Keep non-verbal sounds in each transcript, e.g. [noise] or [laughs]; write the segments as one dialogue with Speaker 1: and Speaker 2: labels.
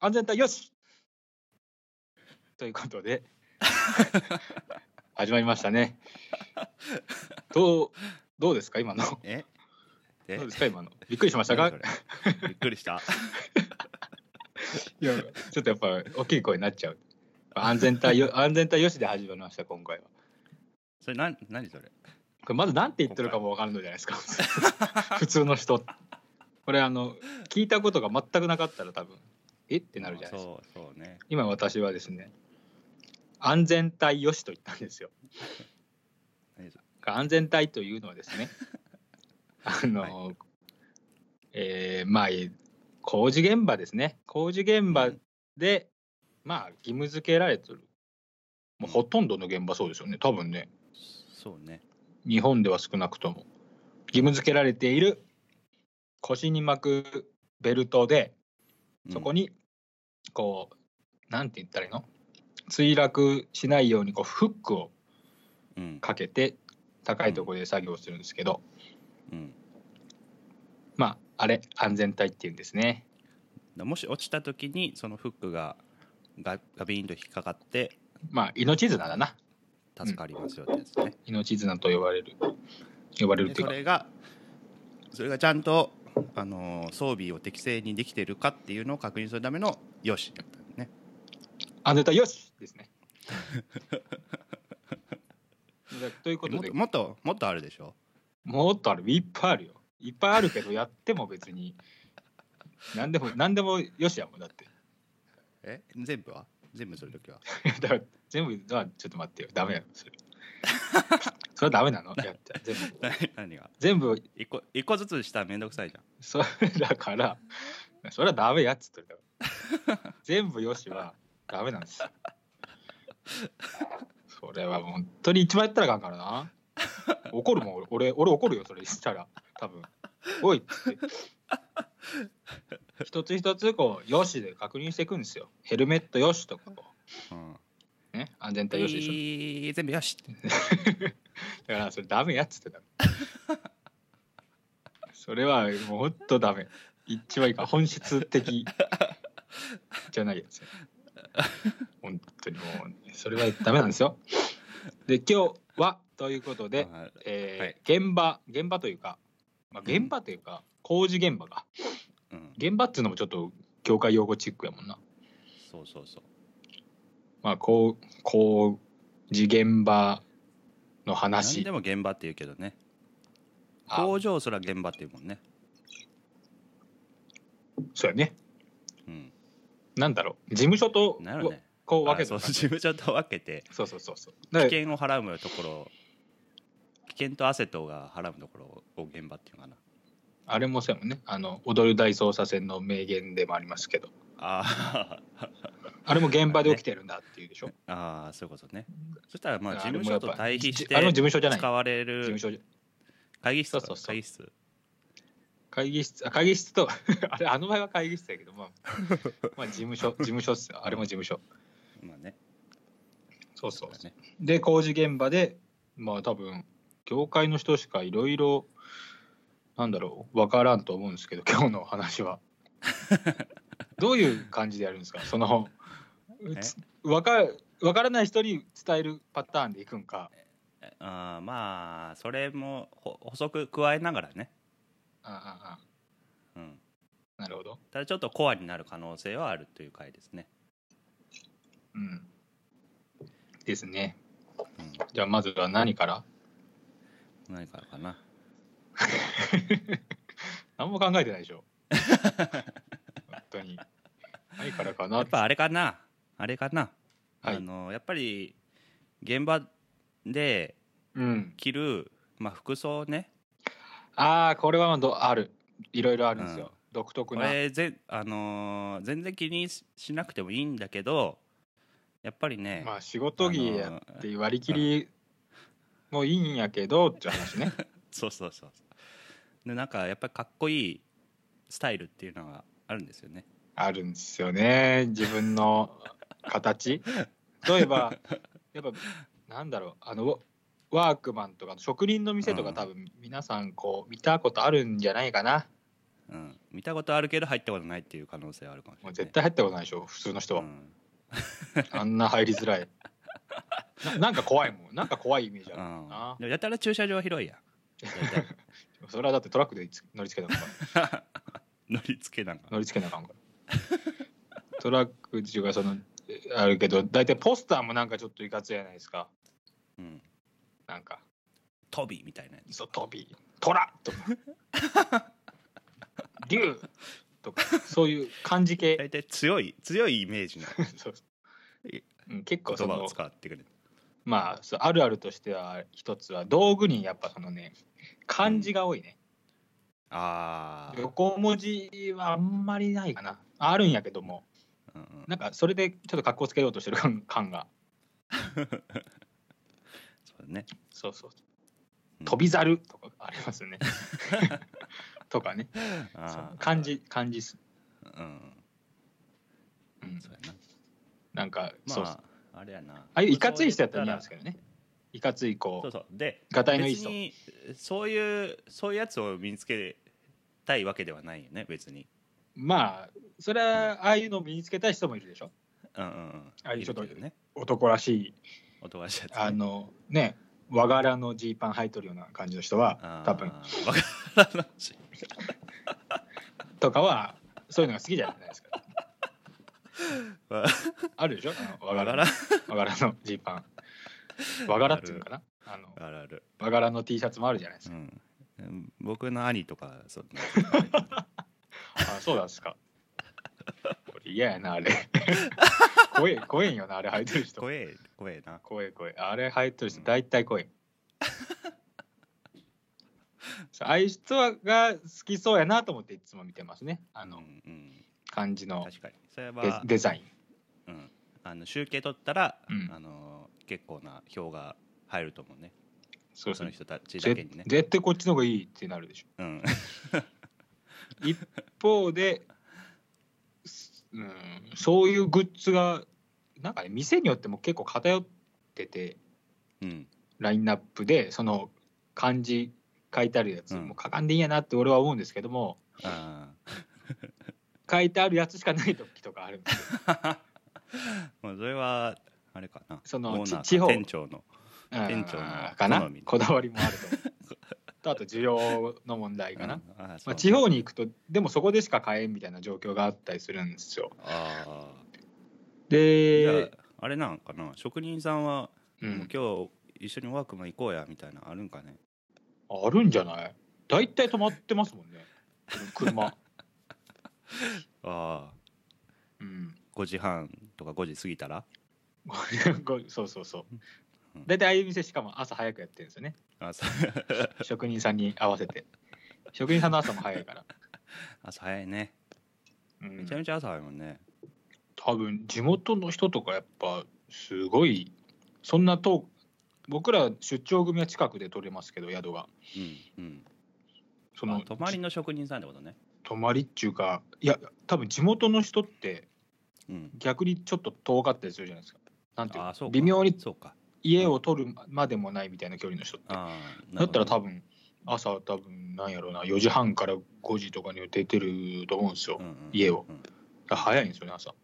Speaker 1: 安全帯よしということ
Speaker 2: [laughs]
Speaker 1: で始まりましたね。どうどうですか今の
Speaker 2: ええ
Speaker 1: どうですか今のびっくりしましたか
Speaker 2: 何それびっくりした
Speaker 1: いやちょっとやっぱ大きい声になっちゃう安全帯
Speaker 2: [laughs]
Speaker 1: よ安全帯よしで始まりました今回は。
Speaker 2: それなん何それ
Speaker 1: これまずなんて言ってるかもわかんないじゃないです
Speaker 2: [laughs]
Speaker 1: か普通の人これあの聞いたことが全くなかったら多分えってなるじゃないですか
Speaker 2: そうそうね
Speaker 1: 今私はですね安全帯よしと言ったんですよ
Speaker 2: 何それ
Speaker 1: 安全帯というのはですねあの、えーまあ工事現場ですね工事現場で、まあ義務付けられてるもうほとんどの現場そうですよね多分ね
Speaker 2: そうね
Speaker 1: 日本では少なくとも義務付けられている腰に巻くベルトでそこ
Speaker 2: に、
Speaker 1: にこう、なんて言ったらいいの墜落しないようにこうフックを
Speaker 2: うん
Speaker 1: かけて高いところで作業するんですけど、
Speaker 2: うん、
Speaker 1: まああれ安全帯っていうんですね
Speaker 2: だもし落ちた時にそのフックがガガビーンと引っかかって
Speaker 1: まあ命綱だな
Speaker 2: 助かりますよってやつね、
Speaker 1: 命綱と呼ばれる呼ばれるっ
Speaker 2: で
Speaker 1: てい
Speaker 2: そ
Speaker 1: か
Speaker 2: うれがそれがちゃんと、あのー装備を適正にできてるかっていうのを確認するためのよしだったんだね
Speaker 1: 安全帯よしです
Speaker 2: [laughs]
Speaker 1: ねでということ
Speaker 2: もっ
Speaker 1: で
Speaker 2: ともっともっとあるでしょ
Speaker 1: もっとあるいっぱいあるよいっぱいあるけどやっても別に何でも何でもよしやもんだって
Speaker 2: え全部は全部する時は [laughs]
Speaker 1: だから全部だからちょっと待ってよダメやろそれそれはダメなのやっちゃ全部
Speaker 2: 何何が
Speaker 1: 全部
Speaker 2: 一個一個ずつしたらめんどくさいじゃん
Speaker 1: それだからそれはダメやっつってるだろ全部よしはダメなんですよそれは本当に一番やったらあかんからな怒るもん俺俺俺怒るよそれしたら多分おいっつって一つ一つこうよしで確認していくんですよヘルメットよしとかこ
Speaker 2: うん
Speaker 1: うね安全帯よしでしょ
Speaker 2: いい全部よしって
Speaker 1: だからそれダメやっつってたのそれはもうほんとダメ一番いいか本質的じゃないやつや本当にもうそれはダメなんですよで今日はということで、
Speaker 2: あー
Speaker 1: えー現場現場というか、まあ、現場というか、工事現場が
Speaker 2: うん、
Speaker 1: 現場っていうのもちょっと業界用語チックやもんな
Speaker 2: そうそうそう
Speaker 1: まあこう工事現場の
Speaker 2: 何
Speaker 1: 話
Speaker 2: でも現場って言うけどね
Speaker 1: あ
Speaker 2: 工場すら現場って言うもんね
Speaker 1: そうやね
Speaker 2: うん
Speaker 1: なんだろう事務所と
Speaker 2: なるね
Speaker 1: こう分
Speaker 2: あ
Speaker 1: け
Speaker 2: そ
Speaker 1: た
Speaker 2: う自分ちょっと分けて
Speaker 1: そうそうそうそう
Speaker 2: 危
Speaker 1: だから
Speaker 2: 険を払うところ危険と汗とが払うところを現場っていうのかな
Speaker 1: あれもそうやもんねあの踊る大捜査線の名言でもありますけど
Speaker 2: あー
Speaker 1: あれも現場で起きてるんだっていうでしょ
Speaker 2: あーそういうことねそしたら [laughs] まあ
Speaker 1: あ
Speaker 2: 事
Speaker 1: れ
Speaker 2: 務
Speaker 1: もや
Speaker 2: 所
Speaker 1: っぱ
Speaker 2: と対比して
Speaker 1: あれも事務所じゃない
Speaker 2: 使
Speaker 1: 事
Speaker 2: われる
Speaker 1: 務所じゃ
Speaker 2: 会議室と
Speaker 1: そう
Speaker 2: か
Speaker 1: そうそう
Speaker 2: 会議室
Speaker 1: 会議室あ会議室と [laughs] あれあの場合は会議室やけどまあ [laughs] まあ事務所事務所っすよあれも事務所
Speaker 2: まあね
Speaker 1: そうそう
Speaker 2: だね
Speaker 1: で工事現場でまあ多分業界の人しかいろいろなんだろう分からんと思うんですけど今 [laughs] 日の話
Speaker 2: [laughs]
Speaker 1: はどういう感じでやるんですかその
Speaker 2: え
Speaker 1: つわか分からない人に伝えるパターンでいくんか
Speaker 2: あーまあそれもほ補足加えながらね
Speaker 1: あああ
Speaker 2: うん
Speaker 1: なるほど、
Speaker 2: ただちょっとコアになる可能性はあるという回ですね、
Speaker 1: うん、ですね
Speaker 2: うん、
Speaker 1: じゃあまずは何から
Speaker 2: 何からかな
Speaker 1: 何も考えてないでし
Speaker 2: [laughs]
Speaker 1: ょ本当に何からかな
Speaker 2: やっぱあれかなあれかな、
Speaker 1: はい
Speaker 2: あのやっぱり現場で
Speaker 1: うん
Speaker 2: 着る、まあ、服装ね
Speaker 1: ああこれはどあるいろいろあるんですよ、
Speaker 2: うん
Speaker 1: 独特
Speaker 2: こ
Speaker 1: な
Speaker 2: れぜ、あのー全然気にししなくてもいいんだけどやっぱりね、
Speaker 1: まあ仕事着やって割り切りもいいんやけどって話
Speaker 2: [laughs]
Speaker 1: ね
Speaker 2: そうそうそうでなんかやっぱりかっこいいスタイルっていうのがあるんですよね
Speaker 1: あるんですよね自分の形例えばやっぱなんだろうあのワークマンとかの職人の店とか多分皆さんこう見たことあるんじゃないかな、
Speaker 2: うん、見たことあるけど入ったことないっていう可能性はあるかもしれ
Speaker 1: も
Speaker 2: な
Speaker 1: う
Speaker 2: い
Speaker 1: 絶対入ったことないでしょ普通の人は、
Speaker 2: うん
Speaker 1: あんな入りづらいななんか怖いもんなんか怖いイメージあるもんな
Speaker 2: うん、でもやたら駐車場は広いやん大体
Speaker 1: それはだってトラックで乗りつけたのか
Speaker 2: [laughs] 乗り付けなんか
Speaker 1: 乗りつけなあかんから [laughs] トラックっていうかそのえあるけど大体ポスターもなんかちょっといかついじゃないですか
Speaker 2: うん
Speaker 1: なんか
Speaker 2: 飛びみたいなやつ
Speaker 1: 「トビトラ」とか
Speaker 2: [laughs]
Speaker 1: 「竜」とかそういう漢字系
Speaker 2: 大体強い強いイメージの
Speaker 1: [laughs] そううん結構そ
Speaker 2: 言葉
Speaker 1: の
Speaker 2: を使ってくれる
Speaker 1: まあそうあるあるとしては一つは道具にやっぱそのね漢字が多いね、
Speaker 2: ああ、
Speaker 1: 横文字はあんまりないかなあるんやけども
Speaker 2: うんうん
Speaker 1: なんかそれでちょっと格好つけようとしてる感感が
Speaker 2: そうだね
Speaker 1: そうそう「
Speaker 2: うん
Speaker 1: 飛び猿」とかありますよ
Speaker 2: [laughs]
Speaker 1: ねとかね
Speaker 2: あ
Speaker 1: そう
Speaker 2: ー
Speaker 1: 漢字漢字っす、
Speaker 2: うん
Speaker 1: うん、
Speaker 2: そうやな
Speaker 1: なんか、
Speaker 2: ま
Speaker 1: そうっす
Speaker 2: あ
Speaker 1: あ
Speaker 2: あれやなあ
Speaker 1: あいういかつい人やったら似合うんですけどねいかついこ
Speaker 2: そう
Speaker 1: う
Speaker 2: そうで
Speaker 1: がたいのいい
Speaker 2: 別
Speaker 1: 人
Speaker 2: にそういうそういうやつを身につけたいわけではないよね別に
Speaker 1: まあそれはああいうのを身につけたい人もいるでしょ
Speaker 2: うんうんうん
Speaker 1: ああいう
Speaker 2: るけど
Speaker 1: ちょっと
Speaker 2: ね
Speaker 1: 男らしい
Speaker 2: おとわしやつね
Speaker 1: あのね和柄のジーパン履いとるような感じの人は
Speaker 2: あー
Speaker 1: 多分
Speaker 2: わからないし
Speaker 1: とかはそういうのが好きじゃないですか
Speaker 2: わ
Speaker 1: あるでしょあの
Speaker 2: [laughs]
Speaker 1: 和
Speaker 2: わか
Speaker 1: 柄の
Speaker 2: らん
Speaker 1: 和柄のジーパン和柄っていうのかなあの
Speaker 2: あるある、
Speaker 1: 和柄の T シャツもあるじゃないです
Speaker 2: う
Speaker 1: か、
Speaker 2: んうん、僕の兄とかそん
Speaker 1: [laughs]
Speaker 2: な
Speaker 1: あそうなんですか俺嫌やなあ
Speaker 2: [laughs]
Speaker 1: れ怖え怖えんよなあれ履いてる人
Speaker 2: 怖え怖えな
Speaker 1: 怖い怖いあれ入ってる人大体怖い、そうああいう人が好きそうやなと思っていつも見てますねあの
Speaker 2: うんうん、
Speaker 1: 感じの
Speaker 2: 確かにそれ
Speaker 1: デ
Speaker 2: は、
Speaker 1: デザイン
Speaker 2: うん、あの集計取ったら、
Speaker 1: うん
Speaker 2: あの結構な票が入ると思うね
Speaker 1: そう
Speaker 2: そ
Speaker 1: そう
Speaker 2: の人たちだけ
Speaker 1: ぜ
Speaker 2: にね、
Speaker 1: 絶対こっちの方がいいってなるでしょ
Speaker 2: うん、 [laughs]
Speaker 1: 一方で、すうん、そういうグッズがなんかね店によっても結構偏ってて
Speaker 2: うん
Speaker 1: ラインナップでその漢字書いてあるやつ、もう書かんでいいやなって俺は思うんですけども
Speaker 2: あ
Speaker 1: 書いてあるやつしかない時とかあるん
Speaker 2: [laughs]
Speaker 1: ですよ
Speaker 2: あまあそれはあれかな
Speaker 1: その
Speaker 2: オーナーか
Speaker 1: ち地方
Speaker 2: 店長の
Speaker 1: 店
Speaker 2: 長の
Speaker 1: か
Speaker 2: 好
Speaker 1: な
Speaker 2: み
Speaker 1: こだわりもあると思う
Speaker 2: [laughs]
Speaker 1: とあと需要の問題かな、
Speaker 2: うんああそう
Speaker 1: まあ、地方に行くとでもそこでしか買えんみたいな状況があったりするんですよ
Speaker 2: ああじゃ
Speaker 1: で、
Speaker 2: ああれなんかな職人さんは、
Speaker 1: う、
Speaker 2: もうん今日一緒にワークマン行こうやみたいなのあるんかね
Speaker 1: あるんじゃない大体止まってますもんね車
Speaker 2: ああ
Speaker 1: うん [laughs]
Speaker 2: 5時半とか5時過ぎたら
Speaker 1: これこれそうそうそう
Speaker 2: うん
Speaker 1: 大体ああいう店しかも朝早くやってるんですよね
Speaker 2: あそう
Speaker 1: 職人さんに合わせて職人さんの朝も早いから、
Speaker 2: [laughs] 朝早いね
Speaker 1: う
Speaker 2: め
Speaker 1: ん
Speaker 2: ちゃ、めちゃ朝早いもんね、
Speaker 1: 多分地元の人とかやっぱすごいそんな遠く僕ら出張組は近くで取れますけど宿が
Speaker 2: うんうん
Speaker 1: その
Speaker 2: あ泊まりの職人さんってことね
Speaker 1: 泊まりっていうかいや多分地元の人って
Speaker 2: うん
Speaker 1: 逆にちょっと遠かったりするじゃないですかなんていう
Speaker 2: あ
Speaker 1: か
Speaker 2: あそうか
Speaker 1: 微妙に
Speaker 2: そうか
Speaker 1: 家を取るまでもないみたいな距離の人って
Speaker 2: ああ
Speaker 1: だったら
Speaker 2: た
Speaker 1: 多分朝多分なんやろうな4時半から5時とかに出てると思うんですよ、家を
Speaker 2: うん、
Speaker 1: 早いんですよね朝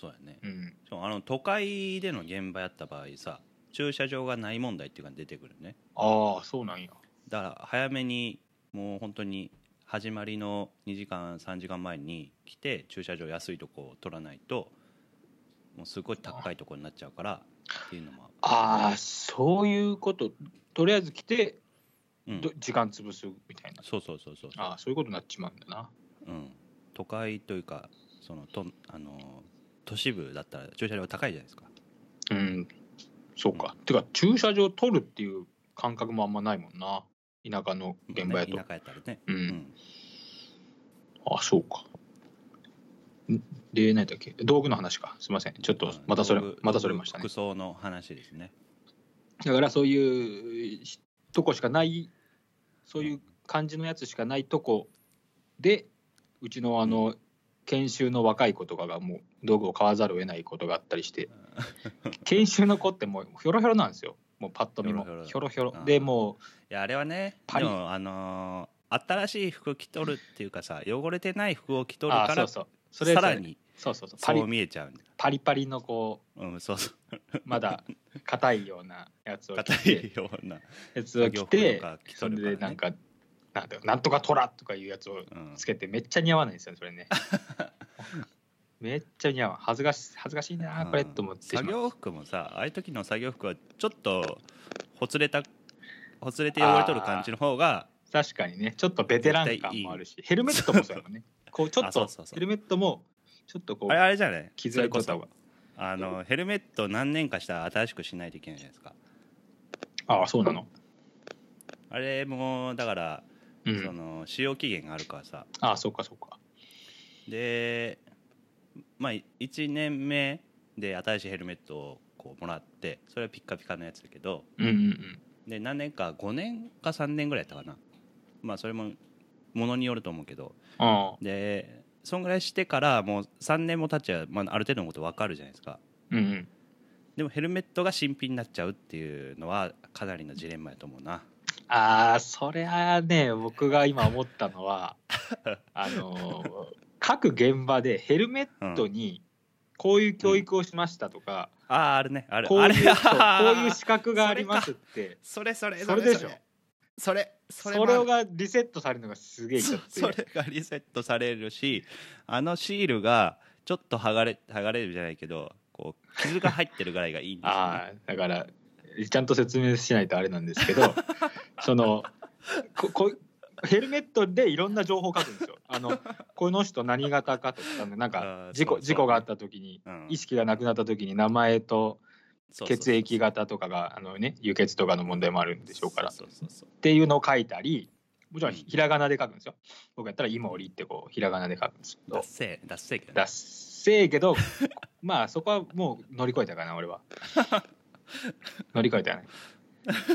Speaker 2: そうやね
Speaker 1: うん
Speaker 2: しかもあの都会での現場やった場合さ駐車場がない問題っていうのが出てくるね
Speaker 1: ああそうなんや
Speaker 2: だから早めにもう本当に始まりの2時間3時間前に来て駐車場安いとこを取らないともうすごい高いとこになっちゃうからっていうのも、
Speaker 1: ああそういうこととりあえず来て
Speaker 2: うん、
Speaker 1: ど時間潰すみたいな
Speaker 2: そうそうそうそう
Speaker 1: ああそういうことになっちまうんだな
Speaker 2: うん、都会というかそのとあの都市部だったら駐車場高いじゃないですか
Speaker 1: うんそうか、てか駐車場取るっていう感覚もあんまないもんな田舎の現場やと、
Speaker 2: まあね田舎やったらね、
Speaker 1: う
Speaker 2: うん
Speaker 1: ん、あそうかんで何だっけ道具の話かすいませんちょっとまたそれ
Speaker 2: 道具
Speaker 1: またそれましたね
Speaker 2: 服装の話ですね
Speaker 1: だからそういうしとこしかないそういう感じのやつしかないとこでうちのあの、研修の若い子とかがもう道具を買わざるを得ないことがあったりして [laughs] 研修の子ってもうひょろひょろなんですよもうパッと見も
Speaker 2: ひょろひ
Speaker 1: ひ
Speaker 2: ょ
Speaker 1: ょろひょろ
Speaker 2: あー
Speaker 1: でもう
Speaker 2: いやあれはね
Speaker 1: パリ
Speaker 2: でもあのー新しい服着とるっていうかさ汚れてない服を着とる
Speaker 1: あ
Speaker 2: か
Speaker 1: そう
Speaker 2: ら
Speaker 1: そうそれ
Speaker 2: さらに
Speaker 1: そうそうそうパ
Speaker 2: そう
Speaker 1: リ
Speaker 2: 見えちゃうんだ
Speaker 1: パリパリのこ
Speaker 2: うんそうそう
Speaker 1: うまだ硬いようなやつを着
Speaker 2: 硬
Speaker 1: て
Speaker 2: いような
Speaker 1: やつを着
Speaker 2: 作業服
Speaker 1: て
Speaker 2: とか着と
Speaker 1: そ
Speaker 2: るからね
Speaker 1: れでなんかなんだろうなんとかトラとかいうやつを
Speaker 2: うん
Speaker 1: つけてめっちゃ似合わないんですよねそれ
Speaker 2: [laughs]
Speaker 1: ねめっちゃ似合わん恥ずかし恥ずかしいなこれと思ってしまう
Speaker 2: 作業服もさああいう時の作業服はちょっとほつれたほつれて汚れとる感じの方が
Speaker 1: 確かにねちょっとベテラン感もあるしヘルメットもそうやもんねこうちょ
Speaker 2: あ
Speaker 1: っ
Speaker 2: そ
Speaker 1: と
Speaker 2: うそうそう
Speaker 1: ヘルメットもちょっとこ
Speaker 2: あれ
Speaker 1: う
Speaker 2: あれじゃない
Speaker 1: 傷が
Speaker 2: それこ
Speaker 1: 取った方
Speaker 2: そ
Speaker 1: が
Speaker 2: あのヘルメット何年かしたら新しくしないといけないじゃないですか
Speaker 1: ああそうなの
Speaker 2: あれもだから、
Speaker 1: う
Speaker 2: そ
Speaker 1: ん
Speaker 2: の使用期限があるからさ
Speaker 1: ああそうかそうか
Speaker 2: でまあ1年目で新しいヘルメットをこうもらってそれはピッカピカのやつだけど
Speaker 1: うんうんうん
Speaker 2: で何年か5年か3年ぐらいやったかなまあそれもものによると思うけど
Speaker 1: ああ
Speaker 2: でそんぐらいしてからもう3年も経っちゃう、まあ、ある程度のこと分かるじゃないですか
Speaker 1: うんうん
Speaker 2: でもヘルメットが新品になっちゃうっていうのはかなりのジレンマやと思うな
Speaker 1: ああそれはね僕が今思ったの
Speaker 2: [laughs]
Speaker 1: はあのー各現場でヘルメットにこういう教育をしましたとか、
Speaker 2: あああるねある
Speaker 1: こう
Speaker 2: あ
Speaker 1: いう
Speaker 2: れ [laughs]
Speaker 1: そうこういう資格がありますって
Speaker 2: それそれ
Speaker 1: それでしょ
Speaker 2: それ
Speaker 1: そ
Speaker 2: そ
Speaker 1: れ
Speaker 2: れもある
Speaker 1: がリセットされるのがすげえちょっ
Speaker 2: [laughs] そ
Speaker 1: と
Speaker 2: れがリセットされるしあのシールがちょっと剥がれ剥がれるじゃないけどこう傷が入ってるぐらいがいいんで
Speaker 1: [laughs]
Speaker 2: すよ、ね、
Speaker 1: ああだからちゃんと説明しないとあれなんですけ
Speaker 2: [laughs]
Speaker 1: どそのここヘルメットでいろんな情報を書くんですよ。あのこの人何型かとかなん
Speaker 2: あ
Speaker 1: か
Speaker 2: ー
Speaker 1: 事故
Speaker 2: そうそう
Speaker 1: 事故があった時に
Speaker 2: うん
Speaker 1: 意識がなくなった時に名前と
Speaker 2: そうそうそう
Speaker 1: 血液型とかがあのね輸血とかの問題もあるんでしょうからっ
Speaker 2: そうそうそう
Speaker 1: ていうのを書いたりもちろん
Speaker 2: うん
Speaker 1: ひらがなで書くんですよ。僕やったら「イモリ」ってこうひらがなで書くんですけ
Speaker 2: 脱
Speaker 1: ど
Speaker 2: せ脱せけど
Speaker 1: だっせえけど [laughs] まあそこはもう乗り越えたかな
Speaker 2: [laughs]
Speaker 1: 俺は乗り越えたよね、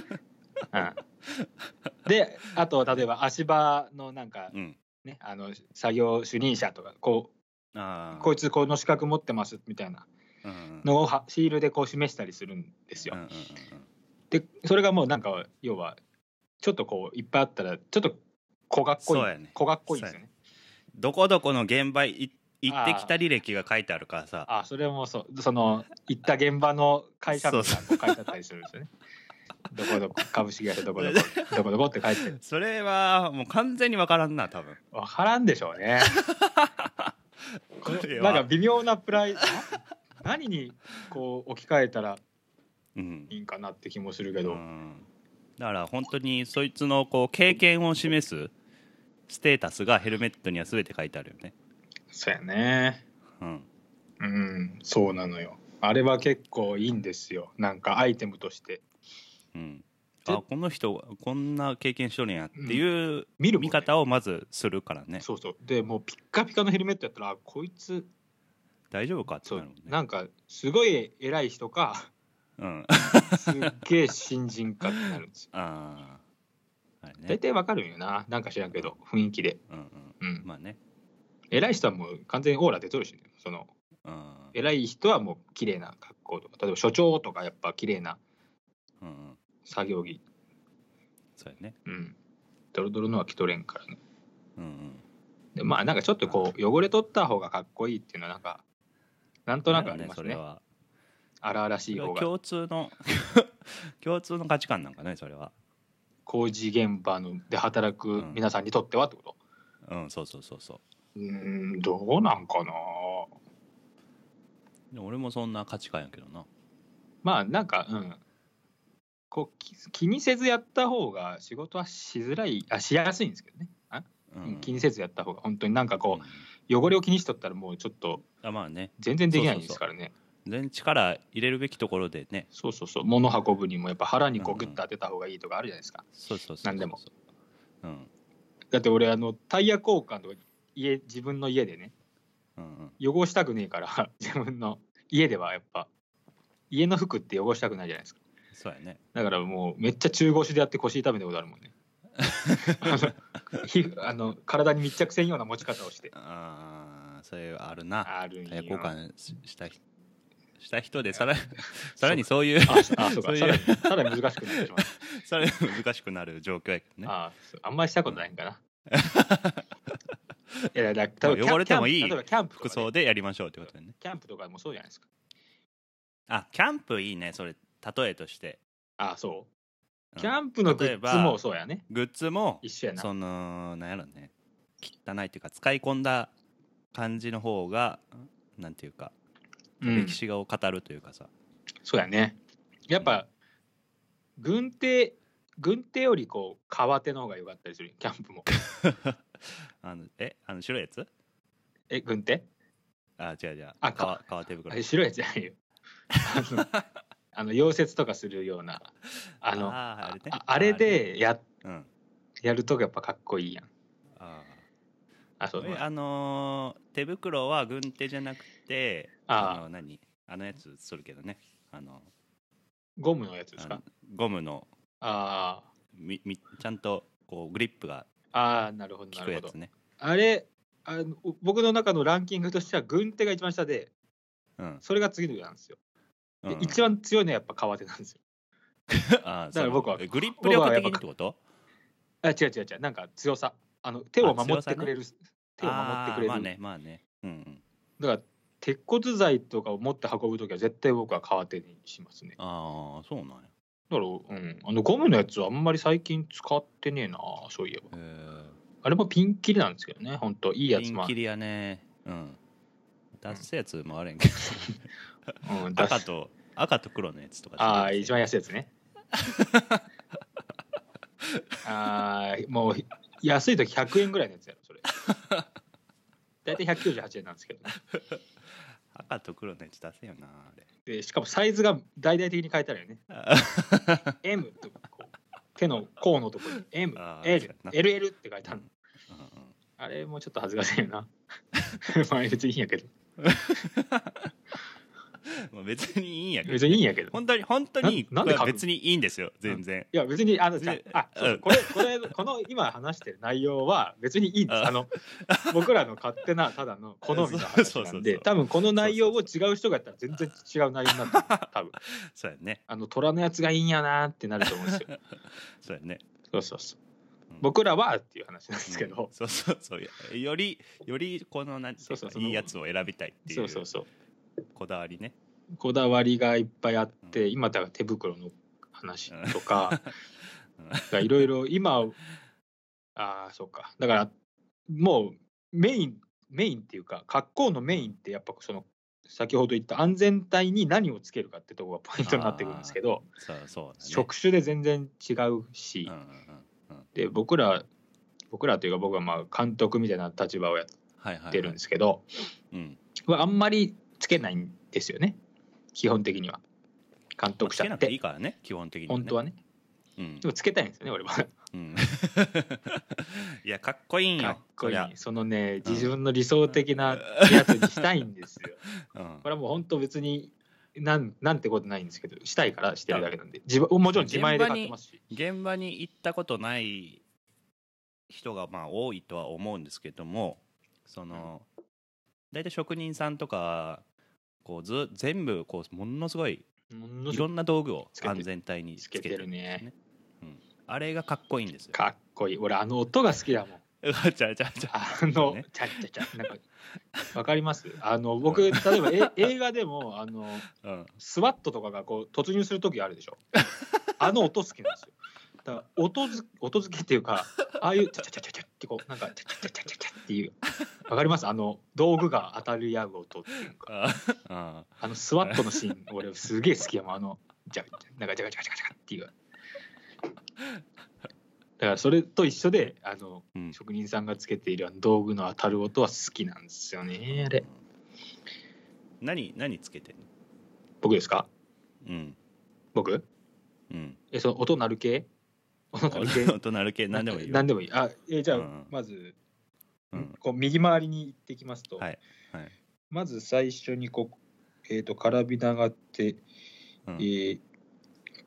Speaker 1: うん、であと例えば足場のなんか
Speaker 2: うん
Speaker 1: ねあの作業主任者とかこう
Speaker 2: ああ
Speaker 1: こいつこの資格持ってますみたいな
Speaker 2: うんうん
Speaker 1: のをはシールでこう示したりするんですよ、
Speaker 2: うんうんうん
Speaker 1: でそれがもうなんか要はちょっとこういっぱいあったらちょっと小学校い
Speaker 2: そうやね
Speaker 1: 小学校いいんですよね
Speaker 2: どこどこの現場い行ってきた履歴が書いてあるからさ
Speaker 1: あそれもそうその行った現場の会社名がこう書いてあったりするんですよね。 [laughs] どこどこ株式会社どこどこどこどこって書いて
Speaker 2: それはもう完全に分からんな多分
Speaker 1: わからんでしょう
Speaker 2: [laughs]
Speaker 1: ね。
Speaker 2: これ
Speaker 1: なんか
Speaker 2: は、
Speaker 1: 微妙なプライな [laughs] 何にこう置き換えたら
Speaker 2: うん
Speaker 1: いいんかなって気もするけ
Speaker 2: う
Speaker 1: ど、
Speaker 2: ん、だから本当にそいつのこう経験を示すステータスがヘルメットには全て書いてあるよね
Speaker 1: そうやね。
Speaker 2: うん
Speaker 1: うんそうなのよ。あれは結構いいんですよ。なんかアイテムとして
Speaker 2: うん、
Speaker 1: で
Speaker 2: あこの人こんな経験しとるんやっていう
Speaker 1: 見るもんね
Speaker 2: 見方をまずするからね
Speaker 1: そうそう。でもうピッカピカのヘルメットやったらあこいつ
Speaker 2: 大丈夫かって
Speaker 1: そ
Speaker 2: な
Speaker 1: う
Speaker 2: るもんね
Speaker 1: なんかすごい偉い人か。
Speaker 2: うん、
Speaker 1: すっげえ新人かってなるんですよ。
Speaker 2: あーあれ
Speaker 1: 大
Speaker 2: ね、
Speaker 1: 体わかるんよな。なんか知らんけど、雰囲気で。
Speaker 2: うんうん、
Speaker 1: うん。
Speaker 2: まあね、
Speaker 1: 偉い人はもう完全にオーラ出とるしね。その、
Speaker 2: うん
Speaker 1: 偉い人はもう綺麗な格好とか、例えば所長とかやっぱ綺麗な
Speaker 2: うんうん、
Speaker 1: 作業着。
Speaker 2: そうやね、
Speaker 1: うん。ドロドロのは着とれんからね。
Speaker 2: うんうん、
Speaker 1: で、まあなんかちょっとこう、汚れ取った方がかっこいいっていうのはなんか、なんとなくあります
Speaker 2: そ
Speaker 1: ね
Speaker 2: れ。は
Speaker 1: 荒々しい方が。
Speaker 2: 共通の [laughs] 共通の価値観なんかねそれは
Speaker 1: 工事現場ので働く皆さんにとってはってこと。
Speaker 2: うんそうそうそうそう
Speaker 1: うーん、どうなんかな
Speaker 2: でも俺もそんな価値観やけどな
Speaker 1: まあなんかうんこうき気にせずやった方が仕事はしづらいあしやすいんですけどね、う
Speaker 2: う
Speaker 1: ん
Speaker 2: ん
Speaker 1: 気にせずやった方が本当になんか
Speaker 2: うん
Speaker 1: こう汚れを気にしとったらもうちょっと
Speaker 2: あまあね
Speaker 1: 全然できないですからね
Speaker 2: 全然力入れるべきところでね
Speaker 1: そうそうそう物運ぶにもやっぱ腹にこ
Speaker 2: うん
Speaker 1: うグッと当てた方がいいとかあるじゃないですか、
Speaker 2: そうそうそうそう
Speaker 1: 何でも
Speaker 2: うん
Speaker 1: だって俺あのタイヤ交換とか家自分の家でね
Speaker 2: うんうん
Speaker 1: 汚したくねえから [laughs] 自分の家ではやっぱ家の服って汚したくないじゃないですか
Speaker 2: そうやね
Speaker 1: だからもうめっちゃ中腰でやって腰痛めたことあるも
Speaker 2: [laughs]
Speaker 1: んね。皮膚あの体に密着せんような持ち方をして。
Speaker 2: ああそれはあるな
Speaker 1: あるん
Speaker 2: タ
Speaker 1: よ
Speaker 2: イヤ交換しした人した人で
Speaker 1: [laughs]
Speaker 2: さらさらにそう [laughs] いう
Speaker 1: あ、そあそう
Speaker 2: そう
Speaker 1: か。
Speaker 2: いう
Speaker 1: さらにさ
Speaker 2: [laughs]
Speaker 1: らに難しくなってしまう。
Speaker 2: さらに難しくなる状況やけどね [laughs]
Speaker 1: あそうあんまりしたことないんかな。いやだから例えば
Speaker 2: まあ汚れてもいい
Speaker 1: キャンプ例えばキャンプとか
Speaker 2: 服
Speaker 1: ね
Speaker 2: 装でやりましょうってことだよね
Speaker 1: キャンプとかもそうじゃないですか。
Speaker 2: あキャンプいいねそれ例えとして、
Speaker 1: ああそうう。
Speaker 2: ん
Speaker 1: キャンプのグ
Speaker 2: 例え
Speaker 1: ッ
Speaker 2: ば
Speaker 1: ズもそうやね。
Speaker 2: グッズも
Speaker 1: 一緒やな。
Speaker 2: そのなんやろね汚いっていうか使い込んだ感じの方がなんていうか
Speaker 1: うん
Speaker 2: 歴史を語るというかさ、
Speaker 1: そうやね。やっぱ、軍手軍手よりこう革手の方が良かったりするキャンプも。
Speaker 2: あのえあの白いやつ
Speaker 1: え軍手
Speaker 2: あ違う違う
Speaker 1: あ
Speaker 2: 革
Speaker 1: か
Speaker 2: 革手袋
Speaker 1: あれ白いやつじゃない
Speaker 2: [laughs]
Speaker 1: よ。あのあの溶接とかするようなあの
Speaker 2: あーあれね
Speaker 1: ああれでや
Speaker 2: うん
Speaker 1: やるとやっぱかっこいいやん。
Speaker 2: あー
Speaker 1: あそう
Speaker 2: えあのー手袋は軍手じゃなくて
Speaker 1: あー
Speaker 2: の何あのやつするけどねあの
Speaker 1: ゴムのやつです
Speaker 2: あ
Speaker 1: か
Speaker 2: の。ゴムの
Speaker 1: あ
Speaker 2: みみちゃんとこうグリップが
Speaker 1: あああなるほど
Speaker 2: 効
Speaker 1: なる
Speaker 2: く
Speaker 1: ほ
Speaker 2: や
Speaker 1: ど
Speaker 2: つ。ね
Speaker 1: あれあの僕の中のランキングとしては軍手が一番下で
Speaker 2: うん、
Speaker 1: それが次の上なんですよ、
Speaker 2: う
Speaker 1: で
Speaker 2: ん、
Speaker 1: 一番強いのはやっぱ革手なんですよ
Speaker 2: あ
Speaker 1: だ
Speaker 2: ー
Speaker 1: から僕は
Speaker 2: そのえグリップ力的にってこと
Speaker 1: あ違う違う違うなんか強さあの手を守ってくれる、手を守ってくれる、
Speaker 2: あーまあねまあねうん
Speaker 1: だから鉄骨材とかを持って運ぶ時は絶対僕は革手にしますね
Speaker 2: うんああそうなんや
Speaker 1: だから、うん、あのゴムのやつはあんまり最近使ってねえなそういえば
Speaker 2: へ
Speaker 1: あれもピンキリなんですけどねほんといい
Speaker 2: え
Speaker 1: や
Speaker 2: ピ
Speaker 1: つ
Speaker 2: ン
Speaker 1: も
Speaker 2: キリやねうん出すやつもある
Speaker 1: [laughs]
Speaker 2: やんけど、
Speaker 1: うん、出す
Speaker 2: 赤と赤と黒のやつとか
Speaker 1: ああ一番安いやつ
Speaker 2: [laughs]
Speaker 1: ねああもう安い時100円ぐらいのやつやろ
Speaker 2: [laughs]
Speaker 1: それ大体198円なんですけど
Speaker 2: 赤と黒のやつ出せよなあれ
Speaker 1: でしかもサイズが大々的に変えたらよね M とこう手の甲のところに
Speaker 2: あーそうやな
Speaker 1: MLLL って書いてある
Speaker 2: うんうん
Speaker 1: あれもちょっと恥ずかしいよ
Speaker 2: [laughs]
Speaker 1: なまあ別にいいんやけど
Speaker 2: まあ別にいいんやけど
Speaker 1: 別にいいんやけど
Speaker 2: 本当に本当に
Speaker 1: ななんで書く
Speaker 2: これは別にいいんですよ全然、
Speaker 1: いや別にあの
Speaker 2: ね
Speaker 1: じゃああそうそう
Speaker 2: うん
Speaker 1: これこれこの今話してる内容は別にいい
Speaker 2: [laughs]
Speaker 1: んです
Speaker 2: あ
Speaker 1: あの僕らの勝手なただの好みの話
Speaker 2: そ
Speaker 1: なん
Speaker 2: うそうそう
Speaker 1: で
Speaker 2: そう
Speaker 1: 多分この内容を違う人がやったら全然違う内容になってる多分
Speaker 2: そうやね
Speaker 1: あの虎のやつがいいんやなってなると思うんですよ
Speaker 2: そうやね
Speaker 1: そうそうそう
Speaker 2: うん
Speaker 1: 僕らはっていう話なんですけ
Speaker 2: うん
Speaker 1: ど、
Speaker 2: そうそうそういやよりよりこのなんてい
Speaker 1: そううそう
Speaker 2: か
Speaker 1: そ
Speaker 2: い
Speaker 1: の
Speaker 2: いやつを選びたいってい
Speaker 1: そうそううそう
Speaker 2: こだわりね
Speaker 1: こだわりがいっぱいあって、今だから手袋の話と [laughs] か
Speaker 2: うん
Speaker 1: がいろいろ今ああそうかだからもうメインメインっていうか格好のメインってやっぱその先ほど言った安全帯に何をつけるかってとこがポイントになってくるんですけど、
Speaker 2: そうそうだね
Speaker 1: 職種で全然違うし、
Speaker 2: うんうんうんうん
Speaker 1: で僕ら僕らというか僕はまあ監督みたいな立場をやっ
Speaker 2: はいはいはい
Speaker 1: てるんですけど、
Speaker 2: うん
Speaker 1: はあんまりつけないんですよね基本的には監
Speaker 2: まあ
Speaker 1: 督
Speaker 2: つ
Speaker 1: 者
Speaker 2: けな
Speaker 1: っ
Speaker 2: くていい
Speaker 1: て
Speaker 2: からね基本的に
Speaker 1: 本当は
Speaker 2: ね
Speaker 1: ね
Speaker 2: うん
Speaker 1: でもつけたいんですよね俺は。
Speaker 2: うん [laughs] いやかっこいいんよ
Speaker 1: かっこいい
Speaker 2: そりゃ
Speaker 1: そのね
Speaker 2: うん
Speaker 1: 自分の理想的なやつにしたいんです
Speaker 2: [laughs]
Speaker 1: よ
Speaker 2: うん
Speaker 1: これはもう本当別になんなんてことないんですけどしたいからしてるだけなんで自分もちろん自前で買ってますし
Speaker 2: 現場に行ったことない人がまあ多いとは思うんですけどもその大体職人さんとかこうず全部こうものすごい
Speaker 1: もの
Speaker 2: い
Speaker 1: すご
Speaker 2: ろ
Speaker 1: い
Speaker 2: んな道具を
Speaker 1: つけて
Speaker 2: 安全帯に
Speaker 1: つけてるね
Speaker 2: あれがかっこいいんですよ。
Speaker 1: かっこいい俺あの音が好きだもん
Speaker 2: うわちゃうちゃうちゃう
Speaker 1: あの、
Speaker 2: ね
Speaker 1: ちゃっちゃちゃなんかわかりますあの僕例えばえ [laughs] 映画でもあの
Speaker 2: うん
Speaker 1: スワットとかがこう突入する時あるでしょあの音好きなんですよだから音づ音付けっていうかああいうチャチャチャチャチャってこうなんかチャチャチャチャチャチャっていうわかりますあの道具が当たり合う音っていうか
Speaker 2: ああ
Speaker 1: あのスワットのシーン俺すげえ好きやもんあのじゃなんかジャガジャガジャガジャガっていうだからそれと一緒であの [laughs]
Speaker 2: うん
Speaker 1: 職人さんがつけているあの道具の当たる音は好きなんですよねあれ
Speaker 2: 何何つけてんの
Speaker 1: 僕ですか
Speaker 2: うん
Speaker 1: 僕
Speaker 2: うん
Speaker 1: えその音鳴る系音鳴る
Speaker 2: [laughs]
Speaker 1: 系
Speaker 2: 大人る系何でもいいよ
Speaker 1: 何でもいい。あ、えーじゃあ、
Speaker 2: うんうん
Speaker 1: まず、
Speaker 2: うん
Speaker 1: こう右回りに行ってきますと、
Speaker 2: はいはい
Speaker 1: まず最初にこう、えっ、と、カラビナがあって、
Speaker 2: う
Speaker 1: え
Speaker 2: ん
Speaker 1: ー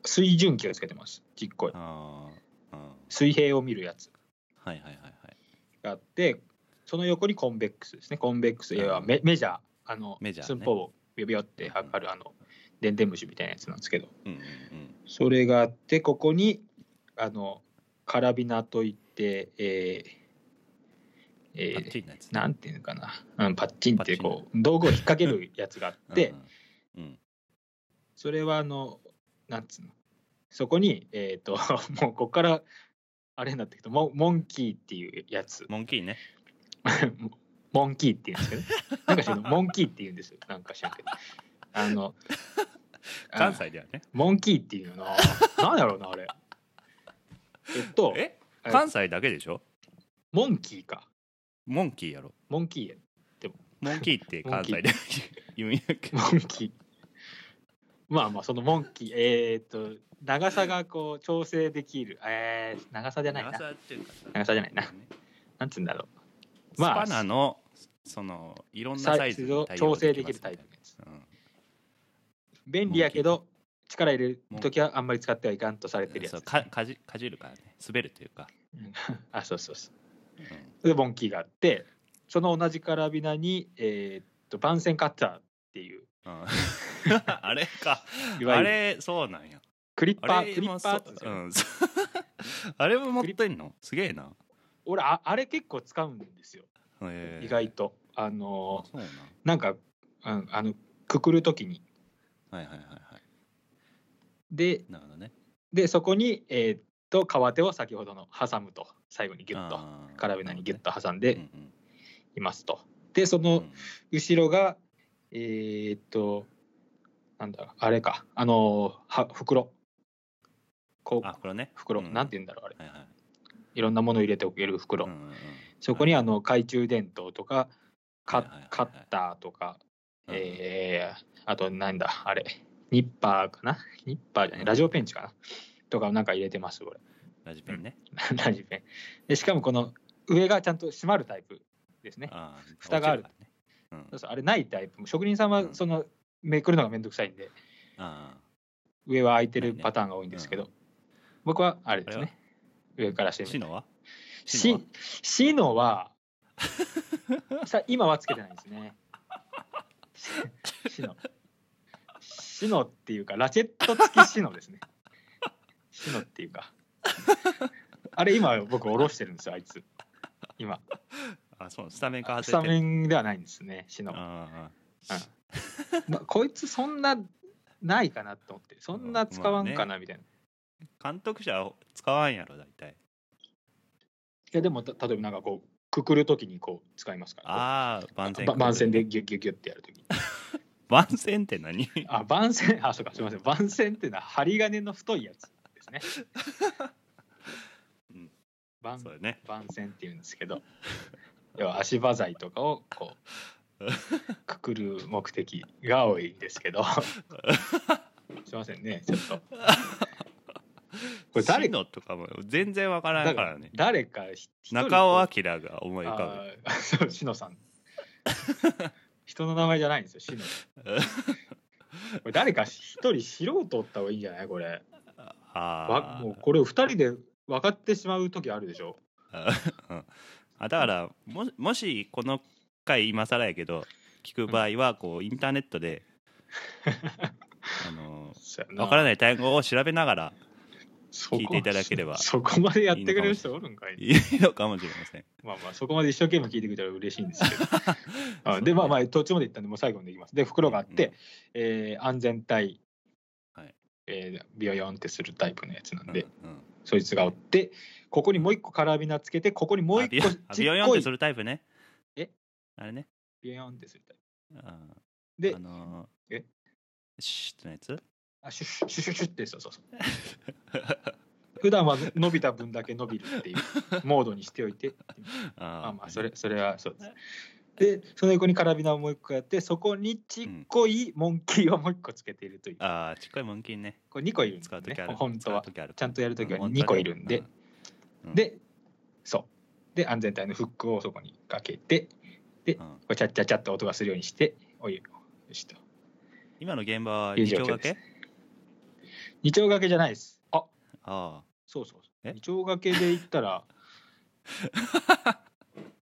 Speaker 1: 水準器をつけてます。ちっこい。
Speaker 2: あーあ
Speaker 1: 水平を見るやつ
Speaker 2: ーはいはいはいはい
Speaker 1: があって、その横にコンベックスですね。コンベックス、
Speaker 2: うん
Speaker 1: 要はメメジャー、あの、
Speaker 2: メジャーね
Speaker 1: 寸法をビョビョって測る、あの、でんでん虫みたいなやつなんですけど、
Speaker 2: うんうん
Speaker 1: それがあって、ここに、あの、カラビナといって、えーえ
Speaker 2: パ
Speaker 1: ー
Speaker 2: ッチンのやつ
Speaker 1: なんていうのかな、うん、パッチンって
Speaker 2: パッ
Speaker 1: こう道具を引っ掛けるやつがあって、
Speaker 2: うんうん
Speaker 1: それはあのなんつうのそこにえっ、と [laughs] もうここからあれになってきたモンモンキーっていうやつ [laughs]
Speaker 2: モンキーね
Speaker 1: モンキーっていうんですけど、ね、なんか知らんモンキーっていうんですよなんか知らんけどあのあ
Speaker 2: 関西ではね
Speaker 1: モンキーっていうのはなんだろうなあれえっと
Speaker 2: え
Speaker 1: はい
Speaker 2: 関西だけでしょ
Speaker 1: モンキーか
Speaker 2: モンキーやろ
Speaker 1: モンキーや
Speaker 2: モンキーって関西で言うんやけど
Speaker 1: モンキー。まあまあ、そのモンキー、えー、っと、長さがこう調整できる。えー、長さじゃないな
Speaker 2: 長。さっていうかさ
Speaker 1: 長さじゃないななんつうんだろ
Speaker 2: ス
Speaker 1: まあ
Speaker 2: パナのそのいろ
Speaker 1: う。
Speaker 2: んな
Speaker 1: サ
Speaker 2: サ
Speaker 1: イ
Speaker 2: イズ
Speaker 1: ズ
Speaker 2: に
Speaker 1: を
Speaker 2: 対応
Speaker 1: 調整で
Speaker 2: ま
Speaker 1: き
Speaker 2: す
Speaker 1: るタイプのやつ。
Speaker 2: うん
Speaker 1: 便利やけど、力入れるときはあんまり使ってはいかんとされてるやつ。
Speaker 2: そうかかじかじるからね滑るというか、
Speaker 1: うんあ、そうそうそう
Speaker 2: うん。
Speaker 1: で、モンキーがあって、その同じカラビナに、えーっと、番線カッターっていう、 [laughs]
Speaker 2: うん [laughs] あれか
Speaker 1: いわ
Speaker 2: あ
Speaker 1: ゆる
Speaker 2: れそうなんや
Speaker 1: クリッパ
Speaker 2: あ
Speaker 1: ー、
Speaker 2: れ
Speaker 1: クリ
Speaker 2: も
Speaker 1: ッ
Speaker 2: そ
Speaker 1: パーって言うんです
Speaker 2: う
Speaker 1: よ、
Speaker 2: んあれも持ってん [laughs] のすげえな、
Speaker 1: 俺あ、あれ結構使うんですよ、
Speaker 2: えー
Speaker 1: 意外と。あ
Speaker 2: あ
Speaker 1: のー
Speaker 2: そうなん
Speaker 1: なんか、うん、あのくくるときに
Speaker 2: はいはいはいはい
Speaker 1: で
Speaker 2: なるほどね
Speaker 1: でそこに、えーっと革手を先ほどの挟むと最後にギュッと
Speaker 2: あー
Speaker 1: カラビナにギュッ
Speaker 2: な
Speaker 1: と挟ん
Speaker 2: る
Speaker 1: で
Speaker 2: ほどね
Speaker 1: いますと。でそ
Speaker 2: うんうん
Speaker 1: の後ろがえーっとなんだあれかあのは袋こ
Speaker 2: うんあ
Speaker 1: う
Speaker 2: これね
Speaker 1: 袋、なんて
Speaker 2: い
Speaker 1: 言うんだろうあれ
Speaker 2: うんはいはい
Speaker 1: いろんなものを入れておける袋、
Speaker 2: うんうんうん
Speaker 1: そこにあの懐中電灯とか
Speaker 2: はい
Speaker 1: カ
Speaker 2: はいはいはい
Speaker 1: カッターとか
Speaker 2: うん
Speaker 1: えー、あとなんだあれニッパーかなニッパーじゃないラジオペンチかなとかをなんか入れて [laughs] ます俺
Speaker 2: ラジペンね、
Speaker 1: ラジペンでしかもこの上がちゃんと閉まるタイプですね
Speaker 2: あー
Speaker 1: 蓋がある
Speaker 2: 落ちからね、う
Speaker 1: そ
Speaker 2: ん
Speaker 1: う、そうあれないタイプ職人さんは
Speaker 2: うん
Speaker 1: そのめくるのがめんどくさいんで
Speaker 2: あー
Speaker 1: 上は開いてるパターンが多いんですけど、
Speaker 2: うん
Speaker 1: 僕はあれです
Speaker 2: あれは
Speaker 1: ね上からして
Speaker 2: シ
Speaker 1: み
Speaker 2: ノはシノは
Speaker 1: しシノ
Speaker 2: [laughs]
Speaker 1: はさ今はつけてないですねしシノシノっていうかラチェット付きシノですねシノっていうかあれ今僕下ろしてるんですよあいつ今
Speaker 2: あそうスタメンか
Speaker 1: ス
Speaker 2: 外
Speaker 1: タ
Speaker 2: れてる
Speaker 1: メンではないんですねシノ、
Speaker 2: あ
Speaker 1: う
Speaker 2: あ
Speaker 1: んまあ、こいつそんなないかなと思ってそんな使わんかなみたいな、
Speaker 2: 監督者は使わんやろ大体
Speaker 1: いやでもた例えばなんかこうくくるときにこう使いますから
Speaker 2: ああ番宣
Speaker 1: ば番線でギュッギュッギュッってやるとき
Speaker 2: 番宣って何
Speaker 1: あ、番線、あ、そうか、すみません、番線っていうのは針金の太いやつですね。
Speaker 2: [laughs] うん
Speaker 1: 番
Speaker 2: そうだね
Speaker 1: 番線っていうんですけど、要は足場材とかをこ
Speaker 2: [laughs]
Speaker 1: うくくる目的が多いんですけど、すみませんね、ちょっと。これ誰
Speaker 2: シノとかも全然わからんからね
Speaker 1: 誰かひ一人
Speaker 2: 中尾明が思い浮か
Speaker 1: あーそうしのさん人の名前じゃないんですよ
Speaker 2: [laughs]
Speaker 1: しのこれ誰か一人素人おった方がいいんじゃないこれ
Speaker 2: ぶあ
Speaker 1: わもう
Speaker 2: ー
Speaker 1: これを二人で分かってしまう時あるでしょ
Speaker 2: [laughs] あだからももしこの回今更やけど聞く場合はこうインターネッ
Speaker 1: [laughs]
Speaker 2: トであのわから
Speaker 1: い
Speaker 2: ない単語を調べながら聞いていただければ
Speaker 1: そこまでやってくれる人おるんかい
Speaker 2: いいのかもしれません
Speaker 1: まあまあそこまで一生懸命聞いてくれたら嬉しいんですけ
Speaker 2: [laughs]
Speaker 1: どあでまあまあ途中まで行ったんでもう最後までいきますで袋があって、
Speaker 2: うん
Speaker 1: えー安全帯、
Speaker 2: はい
Speaker 1: えービヨヨンってするタイプのやつなんで、
Speaker 2: うんうん
Speaker 1: そいつがおって、ここにもう一個カラビナつけて、ここにもう
Speaker 2: あビ
Speaker 1: 一
Speaker 2: ヨ
Speaker 1: 個
Speaker 2: あ
Speaker 1: ち
Speaker 2: ビヨ
Speaker 1: っ
Speaker 2: ヨンっ
Speaker 1: こ
Speaker 2: て
Speaker 1: い
Speaker 2: す。るタイプね
Speaker 1: え
Speaker 2: あれね
Speaker 1: ビヨンってするタイ
Speaker 2: あ
Speaker 1: プで
Speaker 2: あ、のー、
Speaker 1: え
Speaker 2: シュッとのやつ [laughs]
Speaker 1: あシュッシュッシュッシュッってそうそうそう。普段は伸びた分だけ伸びるっていうモードにしておいて、
Speaker 2: あ
Speaker 1: まあ
Speaker 2: ー
Speaker 1: まあそれそれはそうです。で、その横にカラビナをもう一個やって、そこにちっこいモンキーをもう一個つけているという。
Speaker 2: あーちっこいモンキーね
Speaker 1: これ2個いるんです
Speaker 2: 使う
Speaker 1: ね
Speaker 2: 時ある、
Speaker 1: 本当は
Speaker 2: 使う。時ある
Speaker 1: ちゃんとやるときは
Speaker 2: うん
Speaker 1: 2個いるんで。、
Speaker 2: うん、
Speaker 1: で、そう。で、安全帯のフックをそこにかけて、
Speaker 2: うんうん
Speaker 1: こうチャッチャッチャッと音がするようにして、おい、よしと。
Speaker 2: 今の現場は
Speaker 1: いう
Speaker 2: 二
Speaker 1: 状
Speaker 2: 丁
Speaker 1: 況
Speaker 2: 掛
Speaker 1: です
Speaker 2: け
Speaker 1: 二丁掛けじゃないです。あ
Speaker 2: あ
Speaker 1: そうそうそ
Speaker 2: え
Speaker 1: う。二丁掛けで言った
Speaker 2: [laughs]
Speaker 1: ら、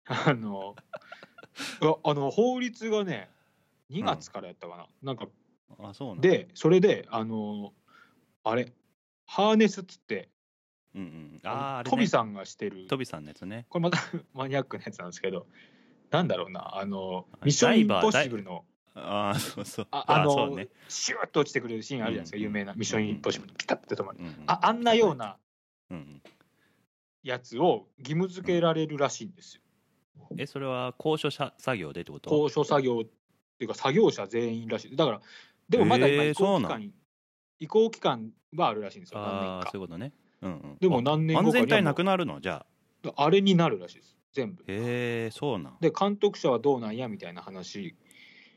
Speaker 1: あの、うわあの法律がね、2月からやったかな。なんか、
Speaker 2: ーあそうなんだ
Speaker 1: で、それで、あの、あれ、ハーネスっつって、
Speaker 2: うんうんあーあれ、ね、
Speaker 1: トビさんがしてる
Speaker 2: トビさんのやつね
Speaker 1: これまた [laughs] マニアックなやつなんですけどなんだろうなあの
Speaker 2: あ
Speaker 1: ミッショ
Speaker 2: ダ
Speaker 1: ンイ
Speaker 2: イ
Speaker 1: ン
Speaker 2: バー
Speaker 1: ポッシブルの
Speaker 2: ああそうそう
Speaker 1: ああ
Speaker 2: そ
Speaker 1: の
Speaker 2: うね、
Speaker 1: シューッと落ちてくるシーンあるじゃないですか、
Speaker 2: うん
Speaker 1: 有名なミッションインポッシブルピタッて止まる、
Speaker 2: うんうん
Speaker 1: ああんなような
Speaker 2: うん
Speaker 1: やつを義務付けられるらしいんですよ
Speaker 2: うん、えそれは高所作業でってこと
Speaker 1: 高所作業っていうか作業者全員らしいだからでもまだ今
Speaker 2: えー
Speaker 1: 移行期
Speaker 2: そうな
Speaker 1: 間、移行期間はあるらしいんですよ何
Speaker 2: ああ
Speaker 1: 年か
Speaker 2: そういうことね、うんうん、
Speaker 1: でも
Speaker 2: あ
Speaker 1: 何年
Speaker 2: 安
Speaker 1: 後か
Speaker 2: 全
Speaker 1: には
Speaker 2: 帯
Speaker 1: も
Speaker 2: なくなるのじゃあ
Speaker 1: うあれになるらしいです全部
Speaker 2: へえそうなん
Speaker 1: で監督者はどうなんやみたいな話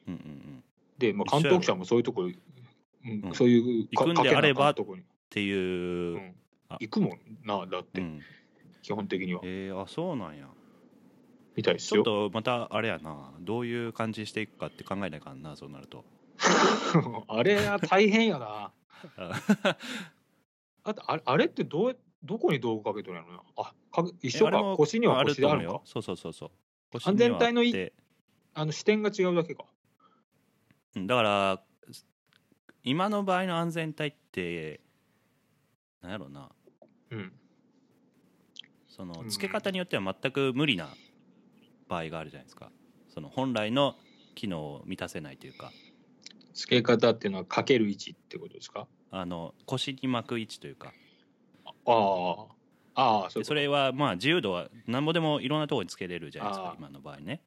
Speaker 2: うんうんうん
Speaker 1: で、まあ、
Speaker 2: 一緒やろ
Speaker 1: 監督者もそういうところ、うん
Speaker 2: うん
Speaker 1: そういう
Speaker 2: 行くんであれば
Speaker 1: とこに、
Speaker 2: っていう、
Speaker 1: う
Speaker 2: うん
Speaker 1: ん、行くもんなだって、基本的には
Speaker 2: えー、あそうなんや
Speaker 1: みたいです
Speaker 2: ちょ
Speaker 1: よ
Speaker 2: っとまたあれやなどういう感じにしていくかって考えないかんなそうなると
Speaker 1: [laughs] あれは大変や
Speaker 2: [laughs]
Speaker 1: な
Speaker 2: あ
Speaker 1: あとあれあれってどうどこに道具かけとるんやろなあかけ一緒
Speaker 2: あれ
Speaker 1: か
Speaker 2: も
Speaker 1: 腰には腰である
Speaker 2: と
Speaker 1: か
Speaker 2: 思うよそうそうそうそう腰
Speaker 1: 安全
Speaker 2: にはあ
Speaker 1: 帯のい
Speaker 2: って
Speaker 1: あの視点が違うだけか
Speaker 2: うんだから今の場合の安全帯ってなんやろうな
Speaker 1: うん
Speaker 2: そうの
Speaker 1: ん
Speaker 2: 付け方によっては全く無理な場合があるじゃないですかその本来の機能を満たせないというか
Speaker 1: 付け方っていうのはかける位置ってことですか
Speaker 2: あの腰に巻く位置というか
Speaker 1: ああああそういうこ
Speaker 2: で
Speaker 1: と
Speaker 2: それはまあ自由度は何ぼでもいろんなところにつけれるじゃないです
Speaker 1: あ
Speaker 2: か
Speaker 1: ー
Speaker 2: 今の場合ね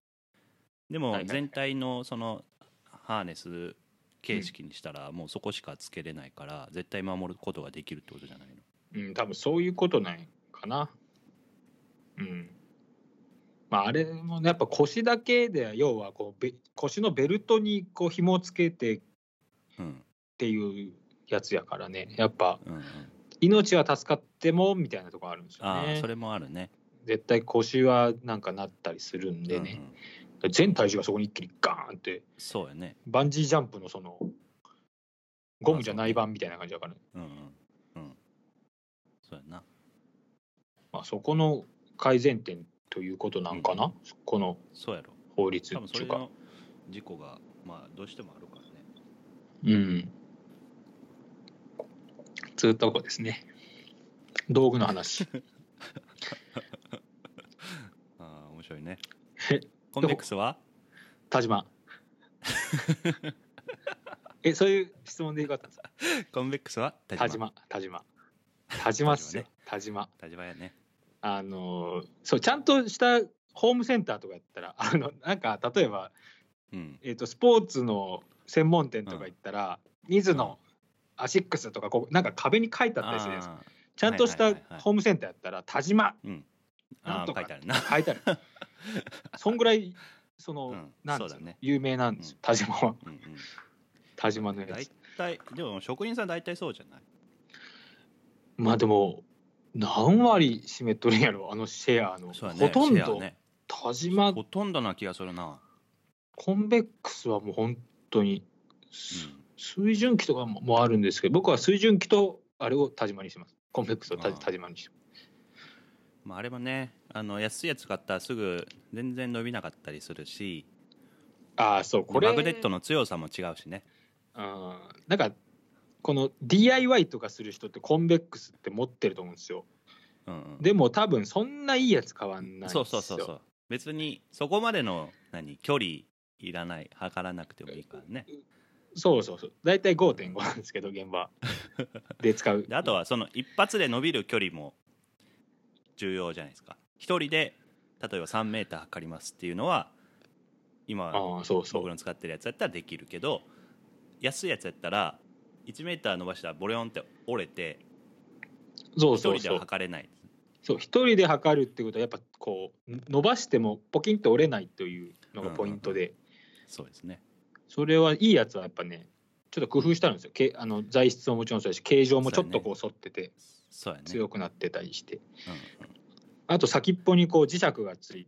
Speaker 2: で
Speaker 1: はい
Speaker 2: も
Speaker 1: はいはい
Speaker 2: 全体のそのハーネス形式にしたらもうそこしかつけれないから絶対守ることができるってことじゃないの
Speaker 1: うん、多分そういうことなんかな。うん。まあ、あれもね、やっぱ腰だけで、要はこうベ腰のベルトにこう紐をつけてっ
Speaker 2: うん
Speaker 1: ていうやつやからね、やっぱ
Speaker 2: うんうん
Speaker 1: 命は助かってもみたいなとこあるんですよ
Speaker 2: ああ
Speaker 1: ね
Speaker 2: そ。れもあるね
Speaker 1: 絶対腰はなんかなったりするんで
Speaker 2: う
Speaker 1: ね
Speaker 2: ん、うん
Speaker 1: 全体重がそこに一気にガーンって、
Speaker 2: そうやね
Speaker 1: バンジージャンプのその、ゴムじゃない版みたいな感じだから、
Speaker 2: うんうんうんそうやな
Speaker 1: まあ、そこの改善点ということなんかな、この
Speaker 2: そうやろ
Speaker 1: 法律
Speaker 2: 多
Speaker 1: っ
Speaker 2: 分そ
Speaker 1: てい
Speaker 2: れ
Speaker 1: うか。
Speaker 2: の事故がまあどうしてもあるからね
Speaker 1: うん。ずっとこですね。道具の話。
Speaker 2: ああ面白
Speaker 1: [laughs]
Speaker 2: いね
Speaker 1: え
Speaker 2: コンベックスは
Speaker 1: 田 [laughs] 島。え、そういう質問でよかったんですか
Speaker 2: コンベックスは田
Speaker 1: 田島、田島。田島っすよ。田島。
Speaker 2: 田島やね
Speaker 1: あのーそう、ちゃんとしたホームセンターとかやったら、あの、なんか、例えば、
Speaker 2: うん
Speaker 1: えっ、と、スポーツの専門店とか行ったら、水野、アシックスとか、こう、なんか壁に書いてあったりするんです
Speaker 2: あー
Speaker 1: ちゃんとし
Speaker 2: は
Speaker 1: た
Speaker 2: いはいはいはい
Speaker 1: ホームセンターやったら、田島な
Speaker 2: あ
Speaker 1: んと
Speaker 2: ー
Speaker 1: か
Speaker 2: 書いてあ
Speaker 1: [laughs]
Speaker 2: るな。
Speaker 1: 書いてある。そんぐらい、その、
Speaker 2: うん
Speaker 1: なん
Speaker 2: そう
Speaker 1: つ
Speaker 2: だ
Speaker 1: うの
Speaker 2: ね。
Speaker 1: 有名なんですよ
Speaker 2: うん
Speaker 1: 田島は
Speaker 2: うんうん。
Speaker 1: 田島のや
Speaker 2: 大
Speaker 1: つ
Speaker 2: 体でも職人さん大体そうじゃない。
Speaker 1: まあでも何割占めとるんやろあのシェアの、
Speaker 2: そうやね。
Speaker 1: ほとん
Speaker 2: シェア
Speaker 1: ど
Speaker 2: ね
Speaker 1: 田島
Speaker 2: ほとんどな気がするな。
Speaker 1: コンベックスはもう本当にす水準機とかももあるんですけど僕は水準機とあれを田島にしますコンベックスを
Speaker 2: あ
Speaker 1: 田
Speaker 2: ー
Speaker 1: 田島にしま
Speaker 2: まああれもね、あの安いやつ買ったらすぐ全然伸びなかったりするし、
Speaker 1: すああそうこれ
Speaker 2: マグネットの強さも違うしね。
Speaker 1: うんなんかこの DIY とかする人ってコンベックスって持ってると思うんですよ
Speaker 2: うんうん。
Speaker 1: でも多分そんないいやつ変わんないんです
Speaker 2: そ
Speaker 1: よ
Speaker 2: うそうそうそう。別にそこまでの何距離いらない測らなくてもいいからね。
Speaker 1: そうそうそう。大体5.5なんですけど、現
Speaker 2: [laughs]
Speaker 1: 場で使う
Speaker 2: で。あとはその一発で伸びる距離も重要じゃないですか一人で例えば3メーター測りますっていうのは今
Speaker 1: ああ、そうそ
Speaker 2: 僕
Speaker 1: う。
Speaker 2: の使ってるやつやったらできるけど安いやつやったら1メーター伸ばしたらボレオンって折れて
Speaker 1: そうそ
Speaker 2: 一人
Speaker 1: う
Speaker 2: で
Speaker 1: そ
Speaker 2: は
Speaker 1: う。
Speaker 2: 測れない
Speaker 1: そう、一人で測るってことは、やっぱこう、伸ばしてもポキンと折れないというのがポイントで、
Speaker 2: そうですね
Speaker 1: それはいいやつはやっぱね、ちょっと工夫してあるんですよ。けあの材質ももちろんそうだし、形状もちょっとこう反ってて、
Speaker 2: そうやね
Speaker 1: 強くなってたりして。
Speaker 2: う
Speaker 1: あと先っぽにこう磁石がつい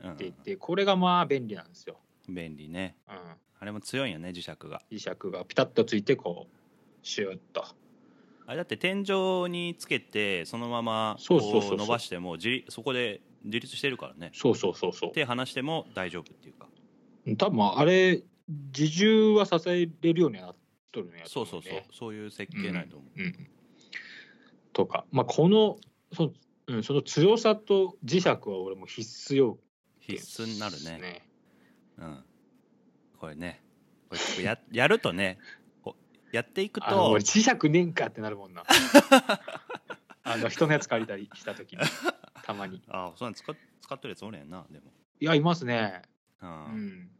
Speaker 2: んうん
Speaker 1: ていて、これがまあ便利なんですよ。
Speaker 2: うん便利ね
Speaker 1: うん。
Speaker 2: あれも強いよね磁石が
Speaker 1: 磁石がピタッとついて、こう、シューッと。
Speaker 2: あれだって天井につけてそのまま
Speaker 1: そうそうそうそう
Speaker 2: こう伸ばしても自立そこで自立してるからね
Speaker 1: そうそうそうそう。
Speaker 2: 手離しても大丈夫っていうか
Speaker 1: 多分あれ自重は支えれるようになっとるね
Speaker 2: そうそうそうそういう設計ないと思う、
Speaker 1: うん、とか、まあ、このその,、うん、その強さと磁石は俺も必須要件です
Speaker 2: 必須になるねうん、これねこれちょっとややるとねこうやっていく
Speaker 1: あの
Speaker 2: と
Speaker 1: 俺磁石ねんかってなるもん
Speaker 2: [laughs]
Speaker 1: なあの人のやつ借りたりした時
Speaker 2: [laughs]
Speaker 1: にたまに
Speaker 2: ああそんなん使っ使ってるやつおるやんなでも、
Speaker 1: いやいますね
Speaker 2: うん
Speaker 1: うん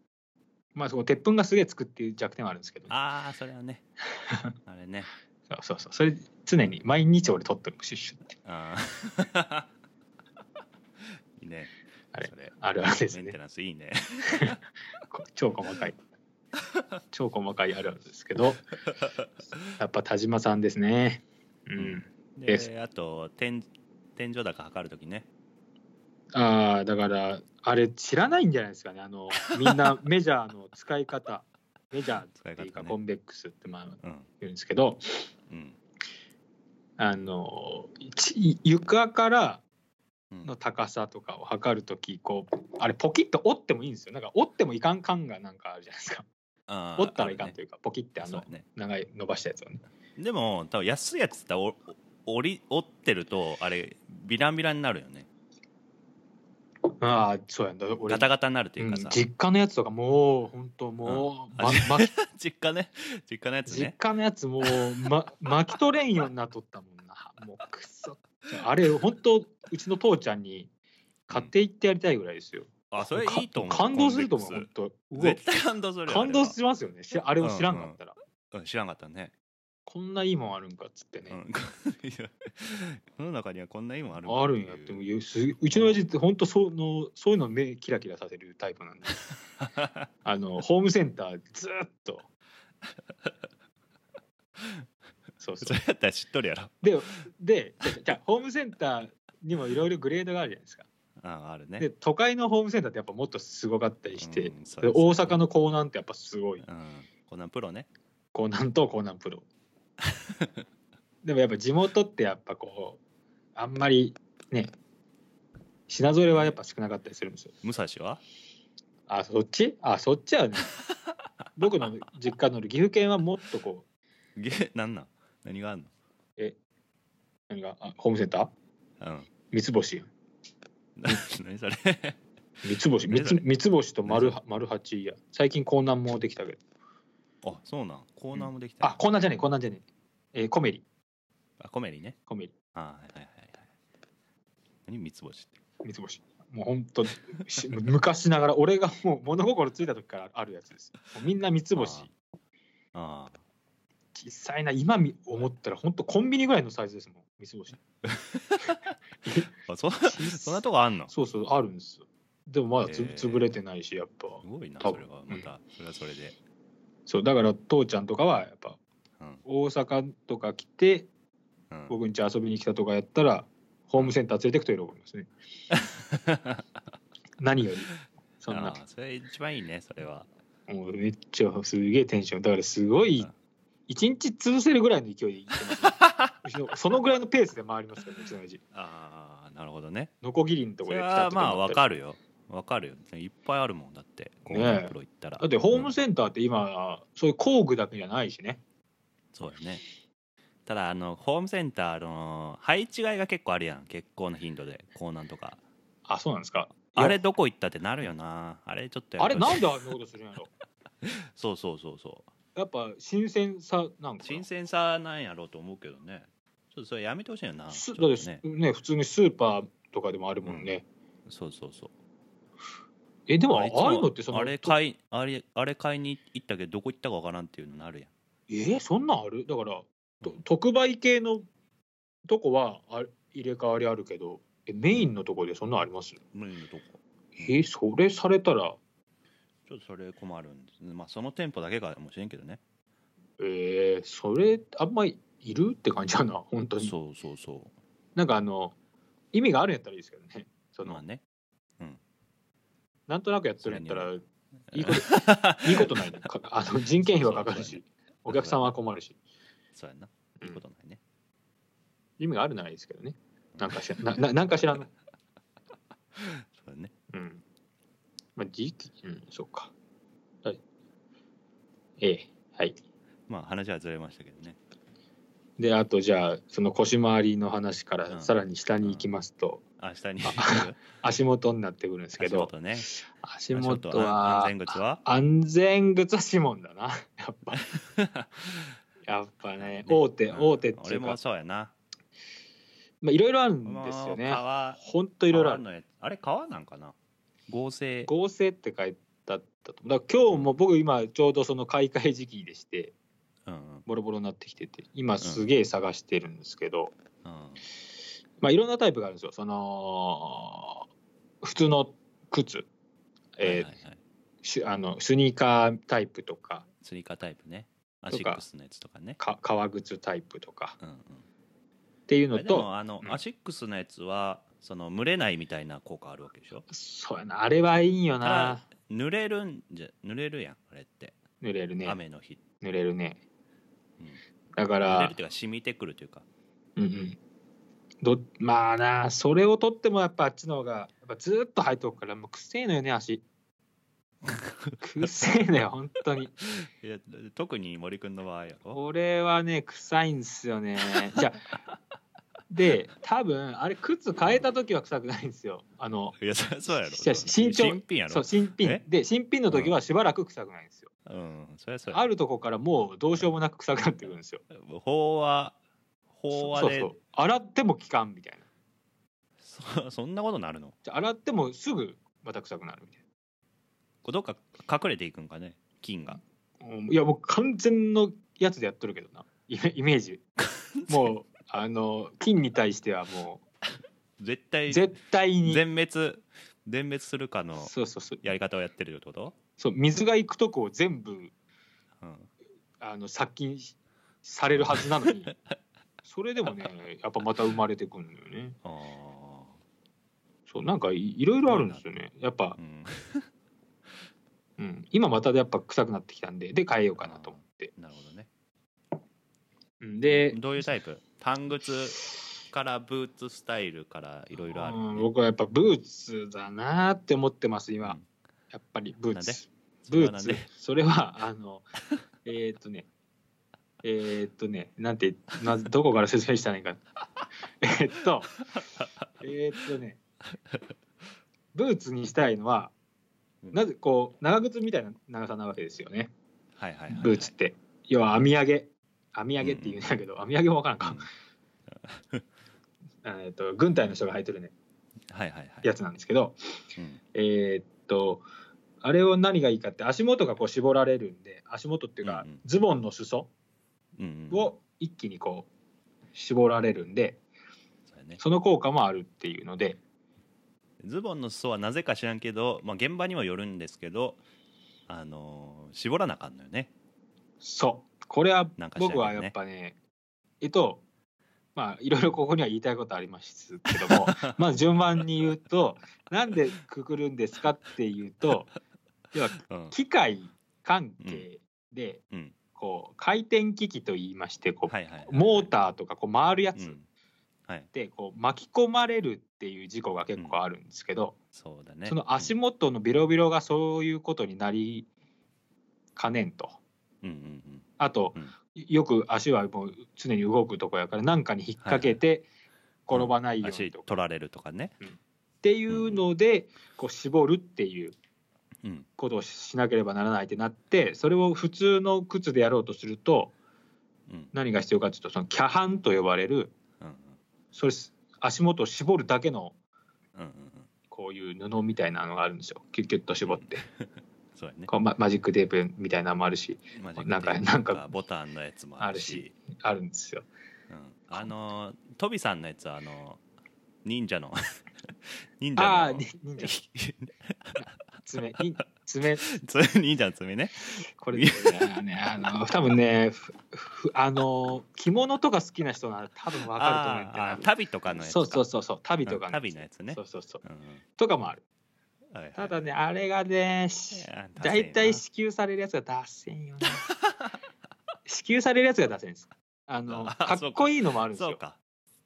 Speaker 1: まあその鉄粉がすげえつくっていう弱点はあるんですけど
Speaker 2: ああそれは
Speaker 1: [laughs]
Speaker 2: ねあれね
Speaker 1: そうそうそうそれ常に毎日俺取ってるシュッシュって
Speaker 2: あ [laughs] いいね
Speaker 1: あれ
Speaker 2: そ
Speaker 1: あるあるです
Speaker 2: メンテ
Speaker 1: ね
Speaker 2: ナンスいいね
Speaker 1: こ超細
Speaker 2: [laughs]
Speaker 1: かい超細かいあるあるですけどやっぱ田島さんですねうんで
Speaker 2: であと天天井高測るときね
Speaker 1: ああだからあれ知らないんじゃないですかねあのみん
Speaker 2: [laughs]
Speaker 1: なメジャーの使い方メジャーっていう
Speaker 2: 使い方
Speaker 1: か
Speaker 2: ね
Speaker 1: コンベックスってまあ
Speaker 2: うん
Speaker 1: 言うんですけど
Speaker 2: うん
Speaker 1: あのち床から
Speaker 2: うん
Speaker 1: の高さとかを測るときこうあれポキッと折ってもいいんですよなんか折ってもいかん感がなんかあるじゃないですか
Speaker 2: あー
Speaker 1: 折ったらいか
Speaker 2: あ
Speaker 1: ん
Speaker 2: る
Speaker 1: と
Speaker 2: ね
Speaker 1: いうかポキッてあ
Speaker 2: そう
Speaker 1: の
Speaker 2: だね
Speaker 1: 長い伸ばしたやつをね
Speaker 2: でも多分安いやつっておお折り折ってるとあれビランビランになるよね
Speaker 1: ああそうやんだ俺
Speaker 2: ガタガタになるというかさ、
Speaker 1: うん実家のやつとかもう本当もう、まま
Speaker 2: [laughs] 実家ね実家のやつ
Speaker 1: 実
Speaker 2: ね
Speaker 1: 家のやつもう、
Speaker 2: [laughs]
Speaker 1: ま、巻き取れんようになっとったもんなもうくそあれ本当うちの父ちゃんに買っていってやりたいぐらいですよ、
Speaker 2: あそれ
Speaker 1: か
Speaker 2: いいと思う
Speaker 1: 感動すると思う
Speaker 2: コン
Speaker 1: 本
Speaker 2: ベック
Speaker 1: 当う
Speaker 2: ス
Speaker 1: わ
Speaker 2: 絶対感動するよ
Speaker 1: 感動
Speaker 2: あれ
Speaker 1: しますよねしあれを知らんかったら、
Speaker 2: はうん知らんかったね
Speaker 1: こんないいもんあるんかっつって
Speaker 2: う
Speaker 1: ね、
Speaker 2: ん [laughs] いや世の中にはこんないいもんある
Speaker 1: あるんやっても
Speaker 2: いう
Speaker 1: うすうちの親
Speaker 2: [laughs]
Speaker 1: 父って本当そうのそういうの目キラキラさせるタイプなんであのホームセンターずーっ
Speaker 2: [laughs]
Speaker 1: とそうそう
Speaker 2: それやったら知っとるやろ
Speaker 1: ででじゃあホームセンターにもいろいろグレードがあるじゃないですか。
Speaker 2: ああるね
Speaker 1: で都会のホームセンターってやっぱもっとすごかったりして、
Speaker 2: うんそう
Speaker 1: で
Speaker 2: です
Speaker 1: 大阪の港南ってやっぱすごい
Speaker 2: うんこんなんプロね
Speaker 1: 港南と港南プ
Speaker 2: [laughs]
Speaker 1: ロでもやっぱ地元ってやっぱこうあんまりね品揃えはやっぱ少なかったりするんですよ
Speaker 2: 武蔵は
Speaker 1: あそっちあそっちはね僕の実家の岐阜県はもっとこう
Speaker 2: げなんなん何があんの
Speaker 1: 何があホームセンター
Speaker 2: うん [laughs]
Speaker 1: 三つ星
Speaker 2: な何それ [laughs]
Speaker 1: 三つ星
Speaker 2: ね
Speaker 1: 三つ三つ星と丸
Speaker 2: ね
Speaker 1: は丸八や最近江南もできたけど
Speaker 2: あそうなんコーナーもできた
Speaker 1: あ江南じゃねえ江南じゃねええーコメリ
Speaker 2: あコメリね
Speaker 1: コメリ
Speaker 2: あはいはいはいはい何三つ星って
Speaker 1: 三つ星もう本当し [laughs] 昔ながら俺がもう物心ついた時からあるやつですもうみんな三つ星
Speaker 2: ああ
Speaker 1: 小さいな今み思ったら本当コンビニぐらいのサイズですもん三つ星
Speaker 2: あ
Speaker 1: 小
Speaker 2: そ
Speaker 1: さ
Speaker 2: そんな [laughs] とこあんのす
Speaker 1: そうそうあるんですよでもまだつ
Speaker 2: へー
Speaker 1: 潰れてないしやっぱ
Speaker 2: ごいな
Speaker 1: 多
Speaker 2: そ
Speaker 1: 分
Speaker 2: れはまたそれはそれで
Speaker 1: そうだから父ちゃんとかはやっぱ
Speaker 2: うん
Speaker 1: 大阪とか来て
Speaker 2: うん
Speaker 1: 僕ん家遊びに来たとかやったらホームセンター連れてくと喜び
Speaker 2: [laughs]
Speaker 1: ますね何よりそんな
Speaker 2: ああそれ一番いいねそれは
Speaker 1: もうめっちゃすげえテンションだからすごい
Speaker 2: うん
Speaker 1: 一日潰せるぐらいの勢いで行ってますようちのそのぐらいのペースで回りますからねうちの親父
Speaker 2: ああなるほどね
Speaker 1: ノコギリのと
Speaker 2: そ
Speaker 1: こで
Speaker 2: れ
Speaker 1: ピタ
Speaker 2: は
Speaker 1: ッと止
Speaker 2: ま
Speaker 1: ま
Speaker 2: あ
Speaker 1: っ
Speaker 2: わ
Speaker 1: たり
Speaker 2: かるよわかるよいっぱいあるもんだってコーナープロ行ったら
Speaker 1: だってホームセンターって今そういう工具だけじゃないしね
Speaker 2: そうよねただあのホームセンターの配置換えが結構あるやん結構な頻度でコーナーとか
Speaker 1: あそうなんですかいや
Speaker 2: あれどこ行ったってなるよなあれちょっとや
Speaker 1: あ
Speaker 2: っ
Speaker 1: れ
Speaker 2: ぱり
Speaker 1: なんであんなことするんやろ
Speaker 2: そうそうそうそう
Speaker 1: やっぱ新鮮さなんかな
Speaker 2: 新鮮さなんやろうと思うけどねちょっとそれやめてほしいよな
Speaker 1: す
Speaker 2: ち
Speaker 1: だ
Speaker 2: ょ
Speaker 1: っ
Speaker 2: っと
Speaker 1: て
Speaker 2: ね
Speaker 1: ね普通にスーパーとかでもあるもんね、
Speaker 2: そうそうそう
Speaker 1: えでも
Speaker 2: あ
Speaker 1: あ
Speaker 2: れいつも
Speaker 1: あいうのってその
Speaker 2: あれ
Speaker 1: と
Speaker 2: 買いあれあれ買いに行ったけどどこ行ったかわからんっていうのなるやん
Speaker 1: えーそんなんあるだからと特売系のとこはあ入れ替わりあるけどえメインのとこでそんなんあります
Speaker 2: 無理のとこ
Speaker 1: えーそれされたら
Speaker 2: ちょっとそれ困るんですねまあその店舗だけかもしれんけどね
Speaker 1: えーそれあんまりいるって感じやな [laughs] 本当に
Speaker 2: そうそうそ
Speaker 1: なんかあの意味があるんやったらいいですけどねそうの、
Speaker 2: まあね
Speaker 1: なんとなくやってるんやったら
Speaker 2: そ
Speaker 1: いいこと
Speaker 2: [laughs]
Speaker 1: いいことないねかあの人件費はかかる
Speaker 2: そう
Speaker 1: しお客さんは困るし
Speaker 2: そうやんな
Speaker 1: う
Speaker 2: い
Speaker 1: ん
Speaker 2: いことないね
Speaker 1: 意味があるならいいですけどねなん
Speaker 2: [laughs]
Speaker 1: かしらなななんかしらの
Speaker 2: そうだね
Speaker 1: うん。まあ、時期、うん、そうか。はい。ええ、はい。
Speaker 2: まあ話はずれましたけどね
Speaker 1: であとじゃあその腰回りの話か
Speaker 2: うん
Speaker 1: らさらに下に行きますと、
Speaker 2: あ下に
Speaker 1: あ足元になってくるん
Speaker 2: [laughs]
Speaker 1: ですけど
Speaker 2: 足元ね
Speaker 1: 足
Speaker 2: 足
Speaker 1: 元
Speaker 2: 元
Speaker 1: は
Speaker 2: 安全靴は
Speaker 1: あ安全靴は指紋だな [laughs] やっぱ
Speaker 2: [laughs]
Speaker 1: やっぱね大手、
Speaker 2: うん
Speaker 1: 大手ってい
Speaker 2: 俺
Speaker 1: うか
Speaker 2: もそうやな
Speaker 1: まあいろいろあるん
Speaker 2: もう
Speaker 1: ですよね
Speaker 2: 革
Speaker 1: ほんといろいろあ
Speaker 2: 革
Speaker 1: る
Speaker 2: のやつあれ革なんかな合成
Speaker 1: 合成って書いてあったと思うだから今日も僕今ちょうどその買い替え時期でして
Speaker 2: うんうん
Speaker 1: ボロボロになってきてて今すげえ探してるんですけど、
Speaker 2: うん
Speaker 1: まあ、いろんなタイプがあるんですよ。その普通の靴、えー
Speaker 2: はいはいはい
Speaker 1: しあのスニーカータイプとか
Speaker 2: スニーカータイプねア
Speaker 1: とか
Speaker 2: シックスのやつとかね
Speaker 1: か革靴タイプとか
Speaker 2: うんうん
Speaker 1: っていう
Speaker 2: あ
Speaker 1: の
Speaker 2: れで
Speaker 1: と
Speaker 2: もあの
Speaker 1: うん
Speaker 2: アシックスのやつはその蒸れないみたいな効果あるわけでしょ
Speaker 1: そうやなあれはいいよな
Speaker 2: 濡れるんじゃ濡れるやんあれって
Speaker 1: 濡れるね
Speaker 2: 雨の日
Speaker 1: 濡れるね
Speaker 2: うん
Speaker 1: だか
Speaker 2: 濡れる
Speaker 1: ら
Speaker 2: っていうか染みてくるというか
Speaker 1: うんうんどまあなそれを取ってもやっぱあっちの方がやっぱずーっと履いとくからもうくせえのよね
Speaker 2: [laughs]
Speaker 1: 足くせえのよ本当に
Speaker 2: いや特に森くんの場合やろ
Speaker 1: これはね臭いんすよねじゃ
Speaker 2: [laughs]
Speaker 1: あで多分あれ靴変えた時は臭くないんですよあの
Speaker 2: いやそそうやろ
Speaker 1: いや身長
Speaker 2: 新品やろ
Speaker 1: そう新品
Speaker 2: え
Speaker 1: で新品の時はしばらく臭くないんですよ、
Speaker 2: うんそりゃそうや
Speaker 1: あるとこからもうどうしようもなく臭くなってくるんですよ
Speaker 2: 法は法は
Speaker 1: そう
Speaker 2: で
Speaker 1: そう洗っても効かんみたいな
Speaker 2: そそ [laughs] んなことなるの
Speaker 1: じゃあ洗ってもすぐまた臭くなるみたい
Speaker 2: こうどっか隠れていくんかね菌が
Speaker 1: なうんいやもう完全のやつでやっとるけどなイメイメージもうあの菌に対してはも
Speaker 2: 絶
Speaker 1: う
Speaker 2: 対
Speaker 1: 絶対に
Speaker 2: 全滅全滅するかの
Speaker 1: そうそうそう
Speaker 2: やり方をやってるってこと、
Speaker 1: そう水が行くとこを全部
Speaker 2: うん、
Speaker 1: あの殺菌しされるはずなの
Speaker 2: [laughs]
Speaker 1: にそれでもねやっぱまた生まれてくるのよね
Speaker 2: あ
Speaker 1: そうなんかいいろいろあるんですよねやっぱ
Speaker 2: ー、うん [laughs]
Speaker 1: うん、今またやっぱ臭くなってきたんでで変えようかなと思って
Speaker 2: なるほどね
Speaker 1: うんで
Speaker 2: どういうタイプ短靴からブーツスタイルからいろいろある、
Speaker 1: うん
Speaker 2: ね、
Speaker 1: 僕はやっぱブーツだなって思ってます今、
Speaker 2: うん
Speaker 1: やっぱりブー
Speaker 2: なんで
Speaker 1: ツ
Speaker 2: そ
Speaker 1: ブ
Speaker 2: れは
Speaker 1: ー
Speaker 2: なん
Speaker 1: ツ
Speaker 2: で
Speaker 1: それはあの [laughs] えーっとねえーっとねなんてなどこから説明したらいいか [laughs] えーっとえーっとねブーツにしたいのは
Speaker 2: うん
Speaker 1: なぜこう長靴みたいな長さなわけですよね
Speaker 2: はいはいはいはい
Speaker 1: ブーツって要は網上げ網上げって言うんだけど、網上げもわからんか、えーっと軍隊の人が履いてるね
Speaker 2: うんはいはいはい
Speaker 1: やつなんですけど
Speaker 2: うん
Speaker 1: えーっとあれを何がいいかって足元がこう絞られるんで足元っていうか、
Speaker 2: うんうん
Speaker 1: ズボンの裾
Speaker 2: うんうん
Speaker 1: を一気にこう絞られるんで
Speaker 2: そうやね
Speaker 1: その効果もあるっていうので
Speaker 2: ズボンの裾はなぜか知らんけど、まあ、現場にもよるんですけど、あのー絞らなあかんのよね
Speaker 1: そうこれは
Speaker 2: なんかしない
Speaker 1: 僕
Speaker 2: けどね
Speaker 1: はやっぱねえっとまあいろいろここには言いたいことありますけど
Speaker 2: [laughs]
Speaker 1: もまあ順番に言うとなんでくくるんですかっていうと要は
Speaker 2: うん
Speaker 1: 機械関係で、
Speaker 2: うん
Speaker 1: こう回転機器といいましてこう、
Speaker 2: はいはいはいはい
Speaker 1: モーターとかこう回るや
Speaker 2: う
Speaker 1: つ
Speaker 2: んはい
Speaker 1: でこう巻き込まれるっていう事故が結構あるんですけど、
Speaker 2: そうだね
Speaker 1: その足元のビロビロがそういうことになりかねんと
Speaker 2: うんうんうん
Speaker 1: あと、
Speaker 2: うん
Speaker 1: よく足はもう常に動くとこやから何かに引っ掛けて転ばな
Speaker 2: う
Speaker 1: い
Speaker 2: ん
Speaker 1: ように
Speaker 2: 足
Speaker 1: とか、
Speaker 2: 取られるとかね
Speaker 1: っていうのでこう絞るっていう
Speaker 2: うん
Speaker 1: ことをしなければならないってなってそれを普通の靴でやろうとすると
Speaker 2: うん
Speaker 1: 何が必要かというとそのキャハンと呼ばれる
Speaker 2: うんうん
Speaker 1: それ足元を絞るだけの
Speaker 2: うんうんうん
Speaker 1: こういう布みたいなのがあるんですよキュッキュッと絞
Speaker 2: [laughs]
Speaker 1: って
Speaker 2: そうやね
Speaker 1: こうママジックテープみたいなのもあるし
Speaker 2: マジック
Speaker 1: なんか
Speaker 2: テープ
Speaker 1: なんか
Speaker 2: とボタンのやつもあるし
Speaker 1: あるんですよ。
Speaker 2: うんあのートビさんのやつはあのー忍者の [laughs] 忍者
Speaker 1: ああ、
Speaker 2: の
Speaker 1: に忍者
Speaker 2: [laughs]
Speaker 1: の爪、に爪、
Speaker 2: つ忍者の爪ね
Speaker 1: こ
Speaker 2: [laughs]
Speaker 1: れですね、あの、多分ね、ふふあの、着物とか好きな人なら多分わかると思うんだよ
Speaker 2: あーあ
Speaker 1: な
Speaker 2: ー旅とかのやつか
Speaker 1: そうそうそうそう、旅とか
Speaker 2: うん旅のやつね
Speaker 1: そうそうそう、
Speaker 2: うんうん
Speaker 1: とかもある。
Speaker 2: はいはい
Speaker 1: ただね、あれがね、し
Speaker 2: いやダセえな
Speaker 1: 大体支給されるやつが出せんよね。 [laughs] 支給されるやつが出せんです。あの、
Speaker 2: あ
Speaker 1: かっ
Speaker 2: そうか
Speaker 1: こいいのもあるんです
Speaker 2: そう
Speaker 1: よ。
Speaker 2: か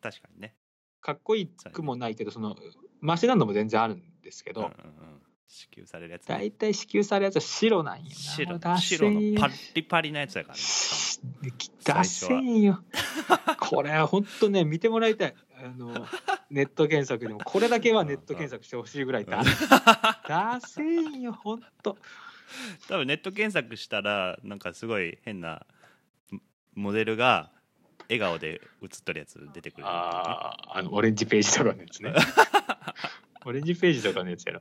Speaker 2: 確かにね
Speaker 1: かっこいいくもないけど、その、マシなのも全然あるんですけど。
Speaker 2: うんうんうん支給されるやつね、
Speaker 1: 大体支給されるやつは白なんよな
Speaker 2: 白
Speaker 1: もうダセ
Speaker 2: 白
Speaker 1: ー
Speaker 2: の
Speaker 1: よ
Speaker 2: パリパリなやつだからねし
Speaker 1: 出せんよこれは本当ね見てもらいたいあのネット検索でもこれだけはネット検索してほしいぐらいだ出せんよ本当
Speaker 2: かも多分ネット検索したらなんかすごい変なモモデルが笑顔で写っとるやつ出てくる
Speaker 1: あああのオレンジページとかのやつねオレンジページとかのやつやろ、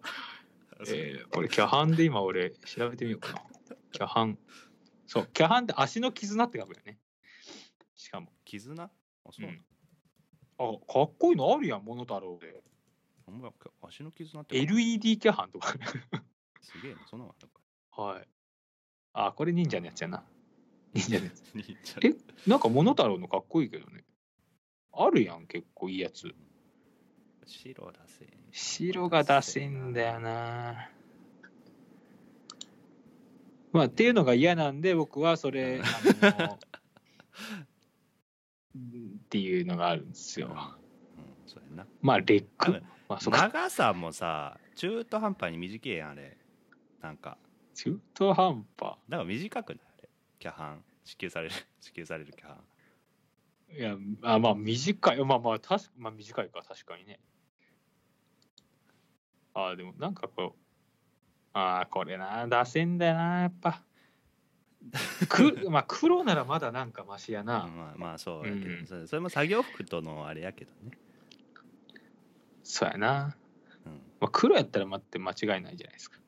Speaker 1: えー、俺キャハンで今俺調べてみようかなキャハンそうキャハンって足の絆って書くよねしかも
Speaker 2: 絆あそうなんだ、
Speaker 1: あかっこいいのあるやんモノタロウで
Speaker 2: あんま足の絆って
Speaker 1: LED キャハンとか
Speaker 2: すげえなそんなのあるのか
Speaker 1: はいあこれ忍者のやつやな [laughs] 忍者のやつ
Speaker 2: 忍者
Speaker 1: えなんかモノタロウのかっこいいけどねあるやん結構いいやつ
Speaker 2: 白だせ
Speaker 1: 白が出せんだよなまあっていうのが嫌なんで僕はそれあの [laughs] っていうのがあるんですよ
Speaker 2: うんそうやな
Speaker 1: まあレッ
Speaker 2: 多
Speaker 1: ク
Speaker 2: 分
Speaker 1: まあそっか
Speaker 2: 長さもさ中途半端に短いやんあれなんか
Speaker 1: 中途半端
Speaker 2: だから短くないあれキャハン支給される [laughs] 支給されるキャハン
Speaker 1: いやあまあ短いまあまあ確かまあ短いか確かにねああでもなんかこうああこれな出せんだよなやっぱ
Speaker 2: [laughs]
Speaker 1: くまあ黒ならまだなんかマシやな、
Speaker 2: まあまあそうやけど、
Speaker 1: うん
Speaker 2: それそれも作業服とのあれやけどね、
Speaker 1: そうやな、
Speaker 2: うん
Speaker 1: まあ、黒やったら待って間違いないじゃないですか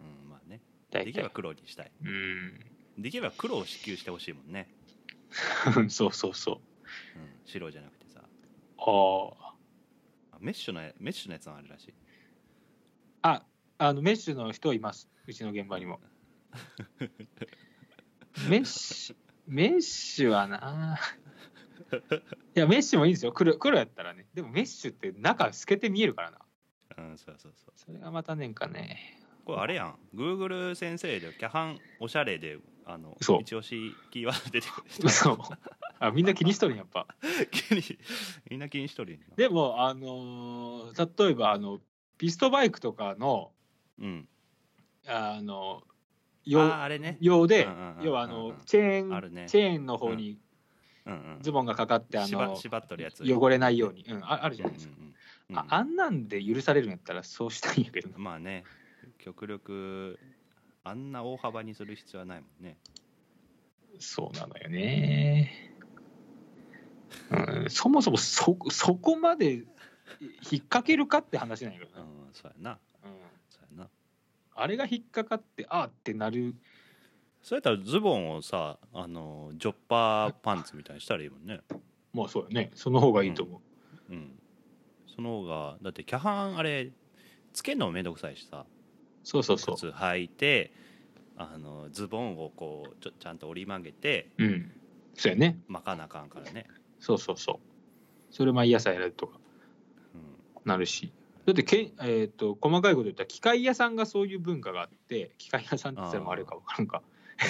Speaker 2: うん、まあねで
Speaker 1: 大
Speaker 2: きれば
Speaker 1: 体
Speaker 2: 黒にしたい
Speaker 1: うん
Speaker 2: できれば黒を支給してほしいもんね、
Speaker 1: [laughs] そうそうそう
Speaker 2: うん、白じゃなくてさ
Speaker 1: あ
Speaker 2: あメッシュのやメッシュのやつもあるらしい
Speaker 1: あああのメッシュの人いますうちの現場にもメッシュメッシュはないやメッシュもいいんですよ黒黒やったらねでもメッシュって中透けて見えるからな
Speaker 2: うんそうそうそう
Speaker 1: それがまたねんかね
Speaker 2: これあれやん Google 先生でキャハンおしゃれであの
Speaker 1: そう
Speaker 2: 一押しキーワード出てくる
Speaker 1: そうあみんな気にしとるんやっぱ
Speaker 2: 気にみんな気にしとるんや
Speaker 1: でもあのー例えばあのピストバイクとかの
Speaker 2: うん
Speaker 1: あの
Speaker 2: あ
Speaker 1: よ
Speaker 2: ーあれね
Speaker 1: 用で
Speaker 2: うんうんうん
Speaker 1: 要はあ
Speaker 2: うんう
Speaker 1: の
Speaker 2: ん
Speaker 1: チェ
Speaker 2: あ
Speaker 1: ー
Speaker 2: る
Speaker 1: ン、
Speaker 2: ね
Speaker 1: チェーンの方に
Speaker 2: うんうん
Speaker 1: ズボンがかかってあ
Speaker 2: 縛
Speaker 1: の
Speaker 2: 縛っとるやつ
Speaker 1: 汚れないように、うん、ああるじゃ
Speaker 2: うん
Speaker 1: な
Speaker 2: う
Speaker 1: いですか、
Speaker 2: んうん
Speaker 1: ああんなんで許されるんやったらそうしたいんやけどな
Speaker 2: まあね極力あんな大幅にする必要はないもんね
Speaker 1: そうなのよね、うん、そもそもそそこまでい引っ掛けるかって話なんやけど
Speaker 2: う
Speaker 1: な、
Speaker 2: んそうやな
Speaker 1: うん、
Speaker 2: そうやな
Speaker 1: あれが引っかかってあーってなる
Speaker 2: そうやったらズボンをさあのジョッパーパンツみたいにしたらいいもんね
Speaker 1: まあそうよねその方がいいと思う、
Speaker 2: うんその方がだってキャハンあれつけるのもめんどくさいしさ
Speaker 1: そうそうそう
Speaker 2: 靴履いてあのズボンをこうちょちゃんと折り曲げて
Speaker 1: うんそうやね
Speaker 2: 巻かなあかんからね、
Speaker 1: そうそうそうそれ毎朝やるとか [laughs]
Speaker 2: うん、
Speaker 1: なるしだってけん、えー、と細かいこと言ったら機械屋さんがそういう文化があって機械屋さんって言ったらもうあれか分からん [laughs] か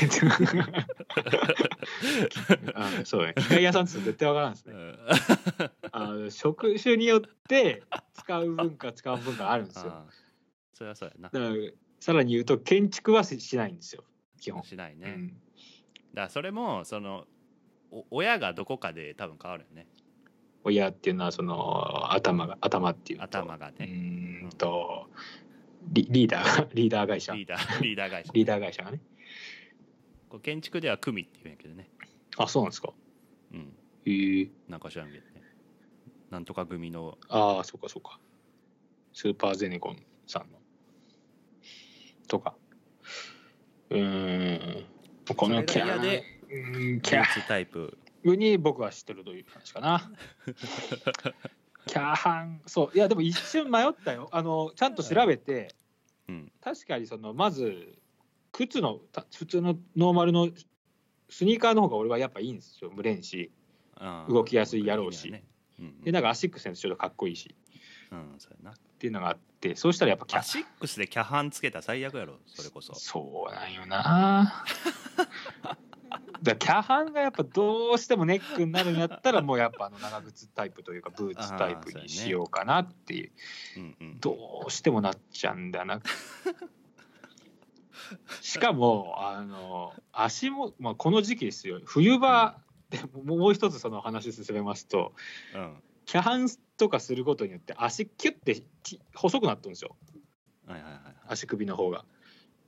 Speaker 1: えーとあーそうね機械屋さんって言ったら絶対分からんですねあの職種によって使う文化使う文化があるんですよ
Speaker 2: あーそれはそうやな
Speaker 1: だからさらに言うと建築はししないんですよ基本、
Speaker 2: しないね、
Speaker 1: う
Speaker 2: だ
Speaker 1: ん、
Speaker 2: からそれもそのお親がどこかで多分変わるよね
Speaker 1: 親っていうのはその頭が頭っていうと
Speaker 2: 頭が
Speaker 1: う
Speaker 2: ね
Speaker 1: ーんとリリーダーが [laughs] リーダー会社
Speaker 2: リ
Speaker 1: リ
Speaker 2: ーダー [laughs] リーダー会社
Speaker 1: ーダー会社がね
Speaker 2: こう建築では組って言うんやけどね
Speaker 1: あそうなんですか
Speaker 2: うん
Speaker 1: へえ
Speaker 2: なんか知らんけどねなんとか組の
Speaker 1: ああ、そうかそうか。スーパーゼネコンさんの。とか。うーん。このキャ
Speaker 2: それが嫌
Speaker 1: ー
Speaker 2: で。
Speaker 1: うーんキ
Speaker 2: 技
Speaker 1: ャ
Speaker 2: 術タイプ
Speaker 1: ーに僕は知ってるという話かな。キャーハン。そう。いや、でも一瞬迷ったよ。あの、ちゃんと調べて、
Speaker 2: うん
Speaker 1: 確かにその、まず、靴の、た普通のノーマルのスニーカーの方が俺はやっぱいいんですよ。蒸れんし。
Speaker 2: あー
Speaker 1: 動きやすいやろうし
Speaker 2: ねうん
Speaker 1: で、なんかアシックスのやつちょっとかっこいいし。
Speaker 2: うん、そうやな
Speaker 1: っていうのがあって、そうしたらやっぱキャ
Speaker 2: アシックスでキャハンつけたら最悪やろそれこそ
Speaker 1: そうなんよなだからキャハンがやっぱどうしてもネックになるんやったらもうやっぱあの長靴タイプというかブーツタイプにしようかなっていう
Speaker 2: うんうん
Speaker 1: どうしてもなっちゃうんだなしかもあの足も、まあ、この時期ですよ冬場でももう一つその話進めますと
Speaker 2: うん
Speaker 1: キャハンとかすることによって足キュッてき細くなったんですよ
Speaker 2: はいはいはいはい
Speaker 1: 足首の方が。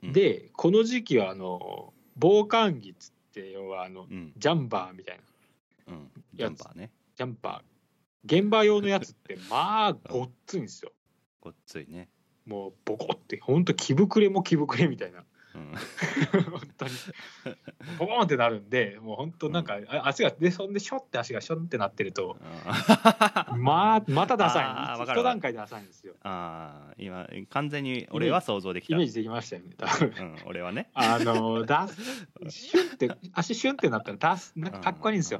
Speaker 2: うん
Speaker 1: でこの時期はあの防寒着っつって要はあの
Speaker 2: うん
Speaker 1: ジャンバーみたいな
Speaker 2: うんジャンパーね
Speaker 1: ジャンパー現場用のやつってまあごっついんですよ
Speaker 2: ごっついね
Speaker 1: もうボコってほんと着膨れも着膨れみたいな。
Speaker 2: うん [laughs]
Speaker 1: 本当にボコーンってなるんでもう本当なんか、あ足がでそんでしょって足がしょってなってると
Speaker 2: [laughs] あー
Speaker 1: まあまたダ
Speaker 2: あー
Speaker 1: サ
Speaker 2: わ
Speaker 1: い
Speaker 2: かる
Speaker 1: 一段階ダサいんですよ
Speaker 2: あー今完全に俺は想像でき
Speaker 1: イ
Speaker 2: た
Speaker 1: メージできましたよね多分
Speaker 2: うん俺はね
Speaker 1: あのダスシュンって足シュンってなったらダスなんかかっこいいんですよ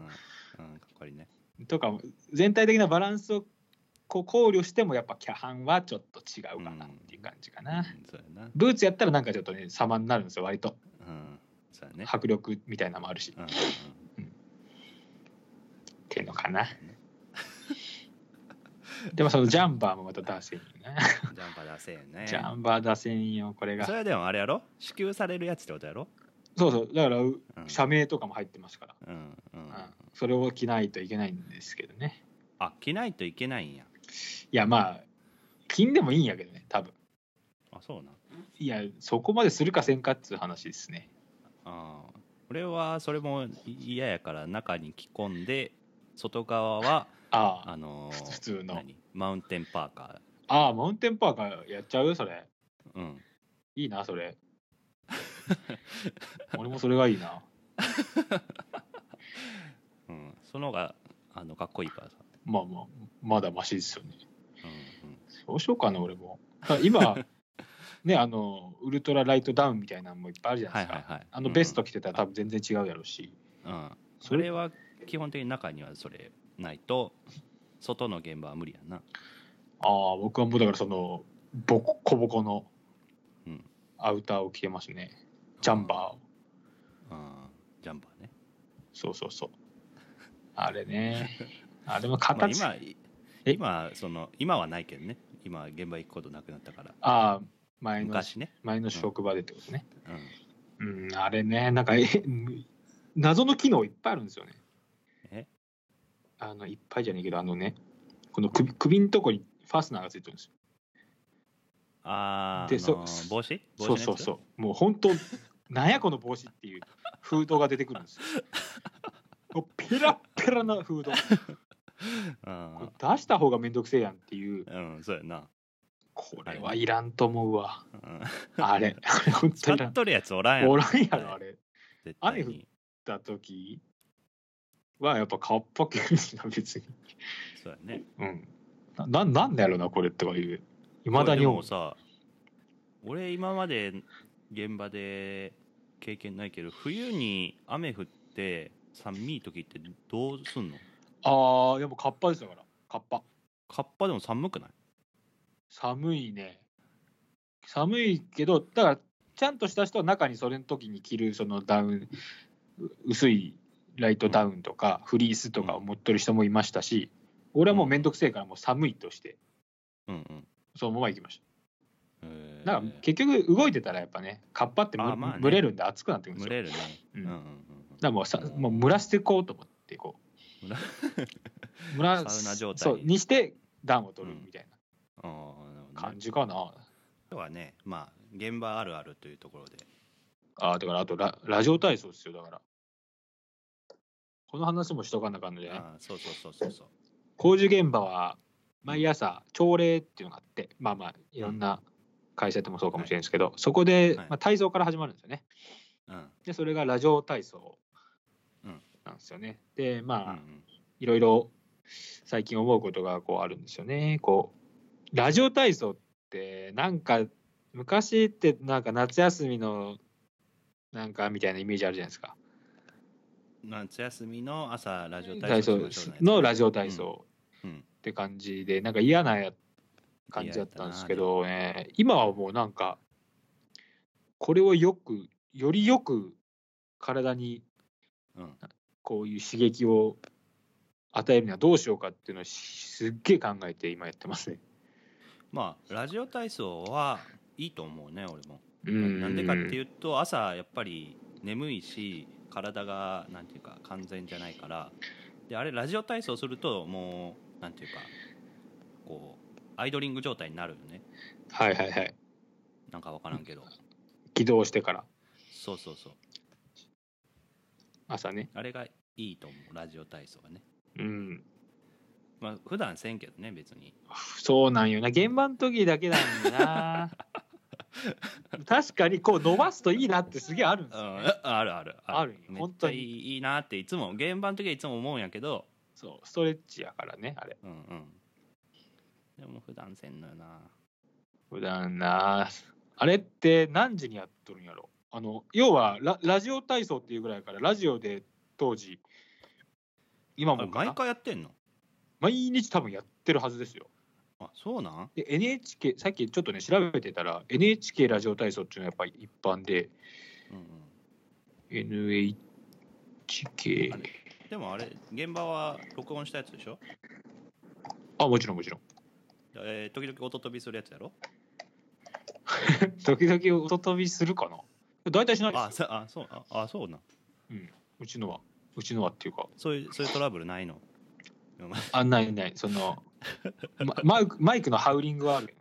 Speaker 2: うんうんうんかっこいいね
Speaker 1: とか全体的なバランスをこう考慮してもやっぱキャハンはちょっと違うかなっていう感じかな、
Speaker 2: うんそうやな
Speaker 1: ブーツやったらなんかちょっとね様になるんですよ割と
Speaker 2: うんそうやね
Speaker 1: 迫力みたいなのもあるし、
Speaker 2: うんうん
Speaker 1: っていうのかな。でもそのジャンバーもまた出せんよね。
Speaker 2: ジャンパー出せ
Speaker 1: [laughs]
Speaker 2: んね
Speaker 1: ジャンバー出せんよ、これが
Speaker 2: そ。れはでもあれやろ支給されるやつってことやろ
Speaker 1: そうそう、だからう
Speaker 2: うん
Speaker 1: 社名とかも入ってますから、
Speaker 2: うんうん
Speaker 1: うんそれを着ないといけないんですけどね。
Speaker 2: あ着ないといけないんや
Speaker 1: いや、まあ、着んでもいいんやけどね、多分
Speaker 2: あそうなん
Speaker 1: いや、そこまでするかせんかっつう話ですね。
Speaker 2: あー俺はそれも嫌やから中に着込んで外側は
Speaker 1: あ
Speaker 2: あのー
Speaker 1: 普通の
Speaker 2: 何マウンテンパーカ
Speaker 1: あ、ああ、マウンテンパーカーやっちゃうそれ。
Speaker 2: ーうん
Speaker 1: いいな、そ
Speaker 2: [laughs]
Speaker 1: れ。俺もそれがいいな。
Speaker 2: うんその方があのかっこいいからさ
Speaker 1: まあまあ、まだマシですよね。
Speaker 2: うんうん
Speaker 1: どうしようかな、俺も。
Speaker 2: [laughs]
Speaker 1: 今、ね、あの、ウルトラライトダウンみたいなのもいっぱいあるじゃない
Speaker 2: はい
Speaker 1: ですか。
Speaker 2: はいはい
Speaker 1: あのベスト着てたら多分全然違うやろうし。
Speaker 2: うんうん
Speaker 1: そ
Speaker 2: そ
Speaker 1: れ
Speaker 2: れは基本的に中にはそれないと外の現場は無理やな
Speaker 1: ああ、僕はもうだからその、ボココボコの
Speaker 2: うん
Speaker 1: アウターを着てますね。ジャンバーを。
Speaker 2: うんジャンパーね
Speaker 1: そうそうそう。あれね。あれも
Speaker 2: まあ
Speaker 1: 形。あ
Speaker 2: 今今その今はないけどね今現場行くことなくなったから
Speaker 1: あー、前の、
Speaker 2: 昔ね、
Speaker 1: 前の職場でってことね。
Speaker 2: うん、
Speaker 1: うん、あれね、なんか、え [laughs] 謎の機能いっぱいあるんですよね。
Speaker 2: え
Speaker 1: あの、いっぱいじゃねえけど、あのね、この首首のとこにファスナーがついてるんですよ。
Speaker 2: あー
Speaker 1: で
Speaker 2: あの
Speaker 1: そ
Speaker 2: 帽子帽子
Speaker 1: そうそう
Speaker 2: う
Speaker 1: そう。もう本当、なんやこの帽子っていう封筒が出てくるんですよ。もうペラッペラなフード
Speaker 2: うん、
Speaker 1: 出した方がめんどくせえやんっていう
Speaker 2: うん、そうやな、
Speaker 1: これはいらんと思うわ
Speaker 2: うん、
Speaker 1: あれあれ本当
Speaker 2: [laughs] 使
Speaker 1: にいら
Speaker 2: っとるやつおらんや
Speaker 1: ん
Speaker 2: ろ
Speaker 1: おらんやろあれ
Speaker 2: 絶
Speaker 1: あれ
Speaker 2: 対に
Speaker 1: だ時はやっぱカッパ着るしな別に
Speaker 2: そうやね
Speaker 1: うん。なななんだろうなこれとかいう。いまだに
Speaker 2: で
Speaker 1: 思う
Speaker 2: も。さ俺今まで現場で経験ないけど冬に雨降って寒い時ってどうすんの
Speaker 1: ああ、でもカッパですよだから。カッパ。
Speaker 2: カッパでも寒くない
Speaker 1: 寒いね。寒いけど、だからちゃんとした人は中にそれの時に着るそのダウン、う薄いライトダウンとか、フリースとかを持ってる人もいましたし、俺はもうめんどくせえからもう寒いとして、
Speaker 2: うんうん
Speaker 1: そのまま行きまし
Speaker 2: えー
Speaker 1: た。だから結局動いてたらやっぱね、カッパってむ、
Speaker 2: あーまあね
Speaker 1: 蒸れるんで熱くなってくるん
Speaker 2: 蒸
Speaker 1: ですよ。
Speaker 2: れるね、
Speaker 1: う
Speaker 2: うんんうんう
Speaker 1: だから
Speaker 2: ん
Speaker 1: もうさ、もう蒸らしていこうと思ってこう。
Speaker 2: うん、 [laughs] なる
Speaker 1: 村
Speaker 2: サウナ状態
Speaker 1: そうにして暖を取るみたい
Speaker 2: ほどね
Speaker 1: な感じかな、
Speaker 2: 今日はねまあ現場あるあるというところで
Speaker 1: ああだからあとララジオ体操ですよだからこの話もしとかなあかんのじゃない
Speaker 2: あーそうそうそうそうそう
Speaker 1: 工事現場は毎朝朝礼っていうのがあってまあまあいろんな会社でもそうかもしれないですけど、そこで、
Speaker 2: はい
Speaker 1: まあ、体操から始まるんですよね
Speaker 2: うん
Speaker 1: でそれがラジオ体操
Speaker 2: うん
Speaker 1: なんですよねでま
Speaker 2: う
Speaker 1: あ、
Speaker 2: ん
Speaker 1: いろいろ最近思うことがこうあるんですよね。こうラジオ体操ってなんか昔ってなんか夏休みのなんかみたいなイメージあるじゃないですか。
Speaker 2: うん夏休みの朝ラジオ
Speaker 1: 体
Speaker 2: 体
Speaker 1: 操
Speaker 2: 操しましょう
Speaker 1: のラジオ体操
Speaker 2: うんうん
Speaker 1: って感じで、なんか嫌なや感じだったんですけどね、今はもうなんかこれをよくよりよく体に
Speaker 2: うん
Speaker 1: こういう刺激を与えるにはどうしようかっていうのをすっげえ考えて今やってますね。
Speaker 2: まあラジオ体操はいいと思うね俺も
Speaker 1: うん
Speaker 2: なんでかっていうと朝やっぱり眠いし体がなんていうか完全じゃないからであれラジオ体操するともうなんていうかこうアイドリング状態になるよね
Speaker 1: はいはいはい
Speaker 2: なんか分からんけど
Speaker 1: 起動してから
Speaker 2: そうそうそう
Speaker 1: 朝ね。
Speaker 2: あれがいいと思うラジオ体操はね
Speaker 1: うん
Speaker 2: まあ普段せんけどね別に
Speaker 1: そうなんよな現場の時だけなんだ
Speaker 2: [laughs]
Speaker 1: な確かにこう伸ばすといいなってすげえあるんで
Speaker 2: う
Speaker 1: すよ、
Speaker 2: ん
Speaker 1: ね、
Speaker 2: あるある
Speaker 1: ある
Speaker 2: めっ
Speaker 1: 本
Speaker 2: ち
Speaker 1: 当
Speaker 2: ゃ
Speaker 1: に
Speaker 2: いいいいなっていつも現場の時はいつも思うんやけど
Speaker 1: そうストレッチやからねあれ
Speaker 2: うんうんでも普段せんのよな
Speaker 1: 普段なあれって何時にやっとるんやろあの要はララジオ体操っていうぐらいやからラジオで当時今
Speaker 2: あれ
Speaker 1: もかな
Speaker 2: 毎回やってんの
Speaker 1: 毎日多分やってるはずですよ
Speaker 2: あそうなん
Speaker 1: で NHK さっきちょっとね調べてたら NHK ラジオ体操っていうのはやっぱり一般で
Speaker 2: うんうん
Speaker 1: NHK
Speaker 2: あれでもあれ現場は録音したやつでしょ
Speaker 1: あもちろんもちろん
Speaker 2: えー時々音飛びするやつやろ
Speaker 1: 時々音飛びするかな大体しないですよ
Speaker 2: あそあそうああそうなん
Speaker 1: うちのはうちのはっていうか
Speaker 2: そういうそういうトラブルないのうん
Speaker 1: あないないその、ま、 [laughs] マイクマイクのハウリングはあ
Speaker 2: [laughs]
Speaker 1: るよね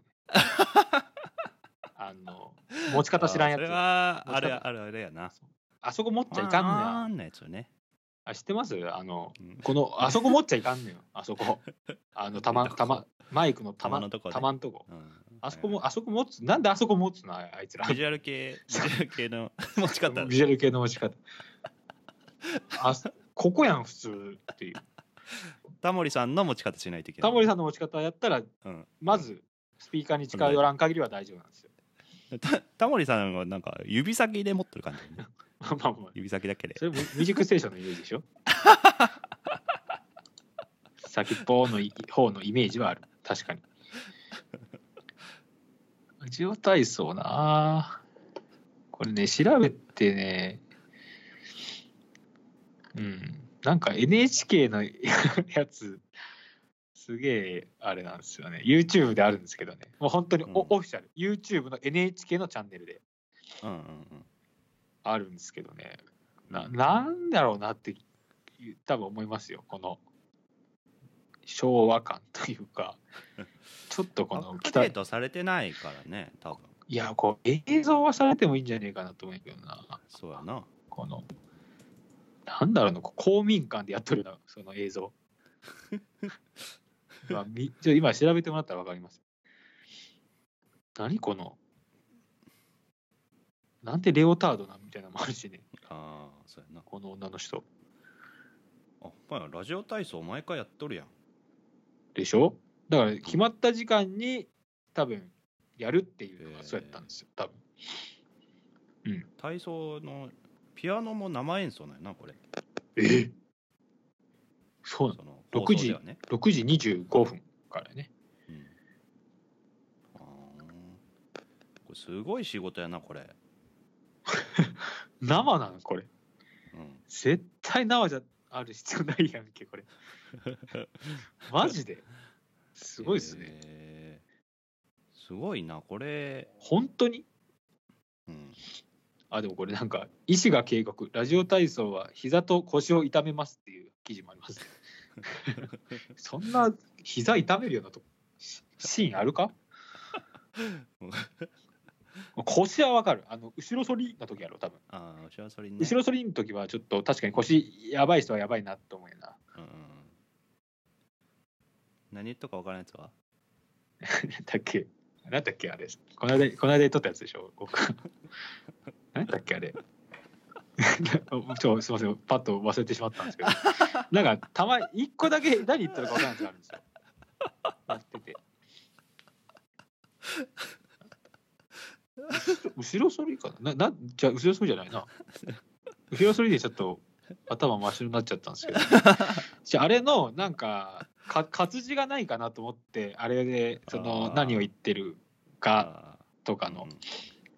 Speaker 1: あの持ち方知らんや
Speaker 2: あそれ
Speaker 1: つあ
Speaker 2: は
Speaker 1: 持ち方
Speaker 2: あれあれあれやな
Speaker 1: そこ持っちゃいかんね
Speaker 2: あ
Speaker 1: や
Speaker 2: んなやつよね、
Speaker 1: あ知ってますあの
Speaker 2: うん
Speaker 1: このあそこ持っちゃいかんねんあそこあの
Speaker 2: [laughs]
Speaker 1: たまたまマイクのたま
Speaker 2: 玉のとこね
Speaker 1: たまんとこ
Speaker 2: うん
Speaker 1: あそこもあそこ持つなんであそこ持つのああいつら
Speaker 2: ビジュアル
Speaker 1: [laughs]
Speaker 2: 系、ビジュアル系の [laughs] 持ち方。
Speaker 1: ビジュアル系の持ち方あここやん普通っていう
Speaker 2: タモリさんの持ち方しないといけな
Speaker 1: タ
Speaker 2: い。
Speaker 1: モリさんの持ち方やったら
Speaker 2: うん
Speaker 1: まずスピーカーに近寄らん限りは大丈夫なんですよ。 [laughs]
Speaker 2: タタモリさんはなんか指先で持ってる感じ、ね。
Speaker 1: まあまあまあ
Speaker 2: 指先だけで
Speaker 1: そ。れミュージックステーションのイメージで
Speaker 2: [laughs]
Speaker 1: しょ先っぽのい方のイメージはある確かに。ラジオ体操なあこれね調べてねうんなんか NHK の [laughs] やつすげえあれなんですよね YouTube であるんですけどねもう本当にオ,、
Speaker 2: うん
Speaker 1: オフィシャル YouTube の NHK のチャンネルで
Speaker 2: うんうんうん。
Speaker 1: あるんですけどねななんだろうなって多分思いますよこの昭和感という
Speaker 2: [laughs]
Speaker 1: かちょっとこ
Speaker 2: ア
Speaker 1: の
Speaker 2: ップデートされてないからね、多分。
Speaker 1: いやこう映像はされてもいいんじゃねえかなと思うけどな
Speaker 2: そうやな。
Speaker 1: このなんだろうなこう公民館でやっとるようなその映
Speaker 2: [laughs]
Speaker 1: 像まあみちょ今調べてもらったら分かります何このなんでレオタードなんみたいなのもあるしね
Speaker 2: ああ、そうやな。
Speaker 1: この女の人
Speaker 2: あ、ほんまやラジオ体操毎回やっとるやん。
Speaker 1: でしょだから決まった時間に多分やるっていうの
Speaker 2: へ
Speaker 1: が
Speaker 2: ー
Speaker 1: そうやったんですよ多分
Speaker 2: 体操のピアノも生演奏なんやな、これ。
Speaker 1: えそうなの
Speaker 2: その
Speaker 1: 6
Speaker 2: 放送ではね。
Speaker 1: 6時25分からね
Speaker 2: うん。あーこれすごい仕事やな、これ。
Speaker 1: 生なのこれ
Speaker 2: うん。
Speaker 1: 絶対生じゃある必要ないやんけ
Speaker 2: [laughs]
Speaker 1: これマジですごいですね
Speaker 2: へー。すごいな、これ。
Speaker 1: 本当に
Speaker 2: うん。
Speaker 1: あでもこれなんか医師が警告ラジオ体操は膝と腰を痛めますっていう記事もありますそんな膝痛めるようなとこシシーンあるか腰はわかるあの後ろ反りの時やろ多分、
Speaker 2: ああ、後ろ反りね。
Speaker 1: 後ろ反りの時はちょっと確かに腰やばい人はやばいなと思うよな
Speaker 2: うんうんうん。何言ったか分からんやつは
Speaker 1: だっけなんだっけあれこの間この間撮ったやつでしょ僕なんだっけあ [laughs] れちょすいませんパッと忘れてしまったん [laughs] ですけどなんかたまに一個だけ何言ってるか分からないやつがあるんですよやってて後ろ反りかなななじゃあ後ろ反りじゃないな後ろ反りでちょっと頭真っ白になっちゃったんですけどじゃああれのなんかか活字がないかなと思ってあれでそ
Speaker 2: あ
Speaker 1: の
Speaker 2: ー
Speaker 1: 何を言ってるか
Speaker 2: あ
Speaker 1: と
Speaker 2: ー
Speaker 1: かの
Speaker 2: うんうん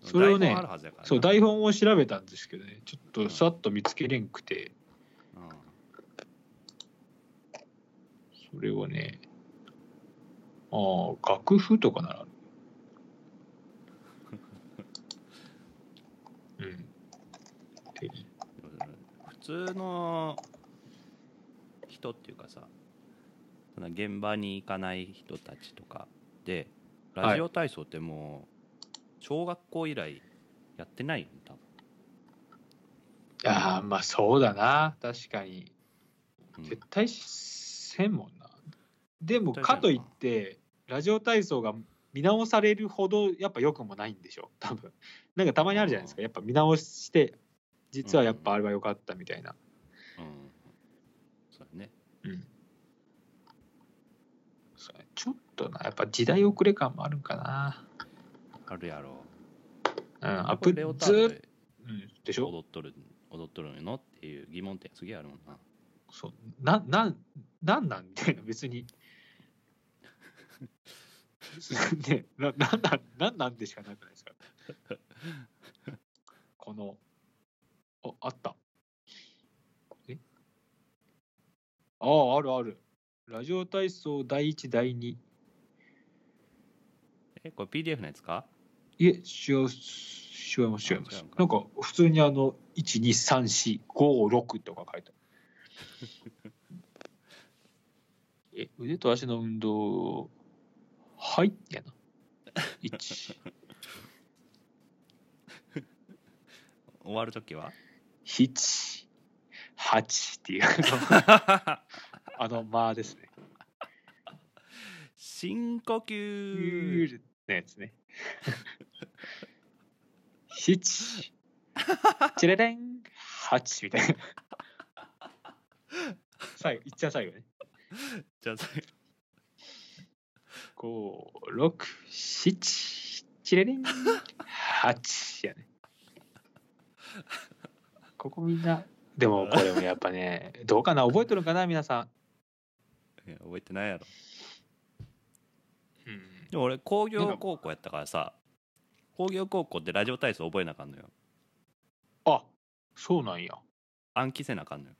Speaker 1: それをね
Speaker 2: 台本あるはずやからな
Speaker 1: そう台本を調べたんですけどねちょっとさっと見つけれんくてそれはね、ああ、楽譜とかなら
Speaker 2: [laughs]
Speaker 1: ある。うん。で
Speaker 2: 普通の人っていうかさその現場に行かない人たちとかで
Speaker 1: はい
Speaker 2: ラジオ体操ってもう小学校以来やってないよね多分
Speaker 1: いやーまあそうだな。確かに。
Speaker 2: うん
Speaker 1: 絶対せんもんな。でも、
Speaker 2: 絶対せんな
Speaker 1: かといって、ラジオ体操が見直されるほど、やっぱ良くもないんでしょ、多分なんかたまにあるじゃないですか、やっぱ見直して、実はやっぱあれは良かったみたいな。
Speaker 2: うんそうだね
Speaker 1: うん。それちょっとな、やっぱ時代遅れ感もあるんかな。
Speaker 2: あるやろ
Speaker 1: うん、アッ
Speaker 2: こ
Speaker 1: プ
Speaker 2: れ
Speaker 1: ず
Speaker 2: レ
Speaker 1: ー
Speaker 2: オタードで
Speaker 1: うん、でしょ
Speaker 2: 踊っとる踊っとるのっていう疑問点すげえあるもんな
Speaker 1: そうな、な、なんなんみたいな、別
Speaker 2: [laughs]
Speaker 1: に。ね、な、なんなん、なんなんでしかなくないですか。この、あ、あった。えああ、あるある。ラジオ体操第一第二
Speaker 2: えこれ PDF のやつか
Speaker 1: いえ、違う、違います、違いま
Speaker 2: あ違う
Speaker 1: す
Speaker 2: の。か
Speaker 1: なんか、普通にあの、1、2、3、4、5、6とか書いて
Speaker 2: [laughs]
Speaker 1: ある。え、腕と足の運動、はいやな。1、
Speaker 2: 終わるときは
Speaker 1: 7、8っていう、
Speaker 2: [laughs]
Speaker 1: あの、あの、まあですね。
Speaker 2: 深呼
Speaker 1: う
Speaker 2: 吸
Speaker 1: ーのやつね。7、チレレン、8みたいな。最後、いっちゃ最後ね。
Speaker 2: じゃあ最後
Speaker 1: 五六七チレレン八やねここみんなでもこれもやっぱねどうかな覚えてるかな皆さ
Speaker 2: いや覚えてないやろ
Speaker 1: ん、
Speaker 2: でも俺工業高校やったからさ工業高校ってラジオ体操覚えなあかんのよ
Speaker 1: あそうなんや
Speaker 2: 暗記せなあかんのよ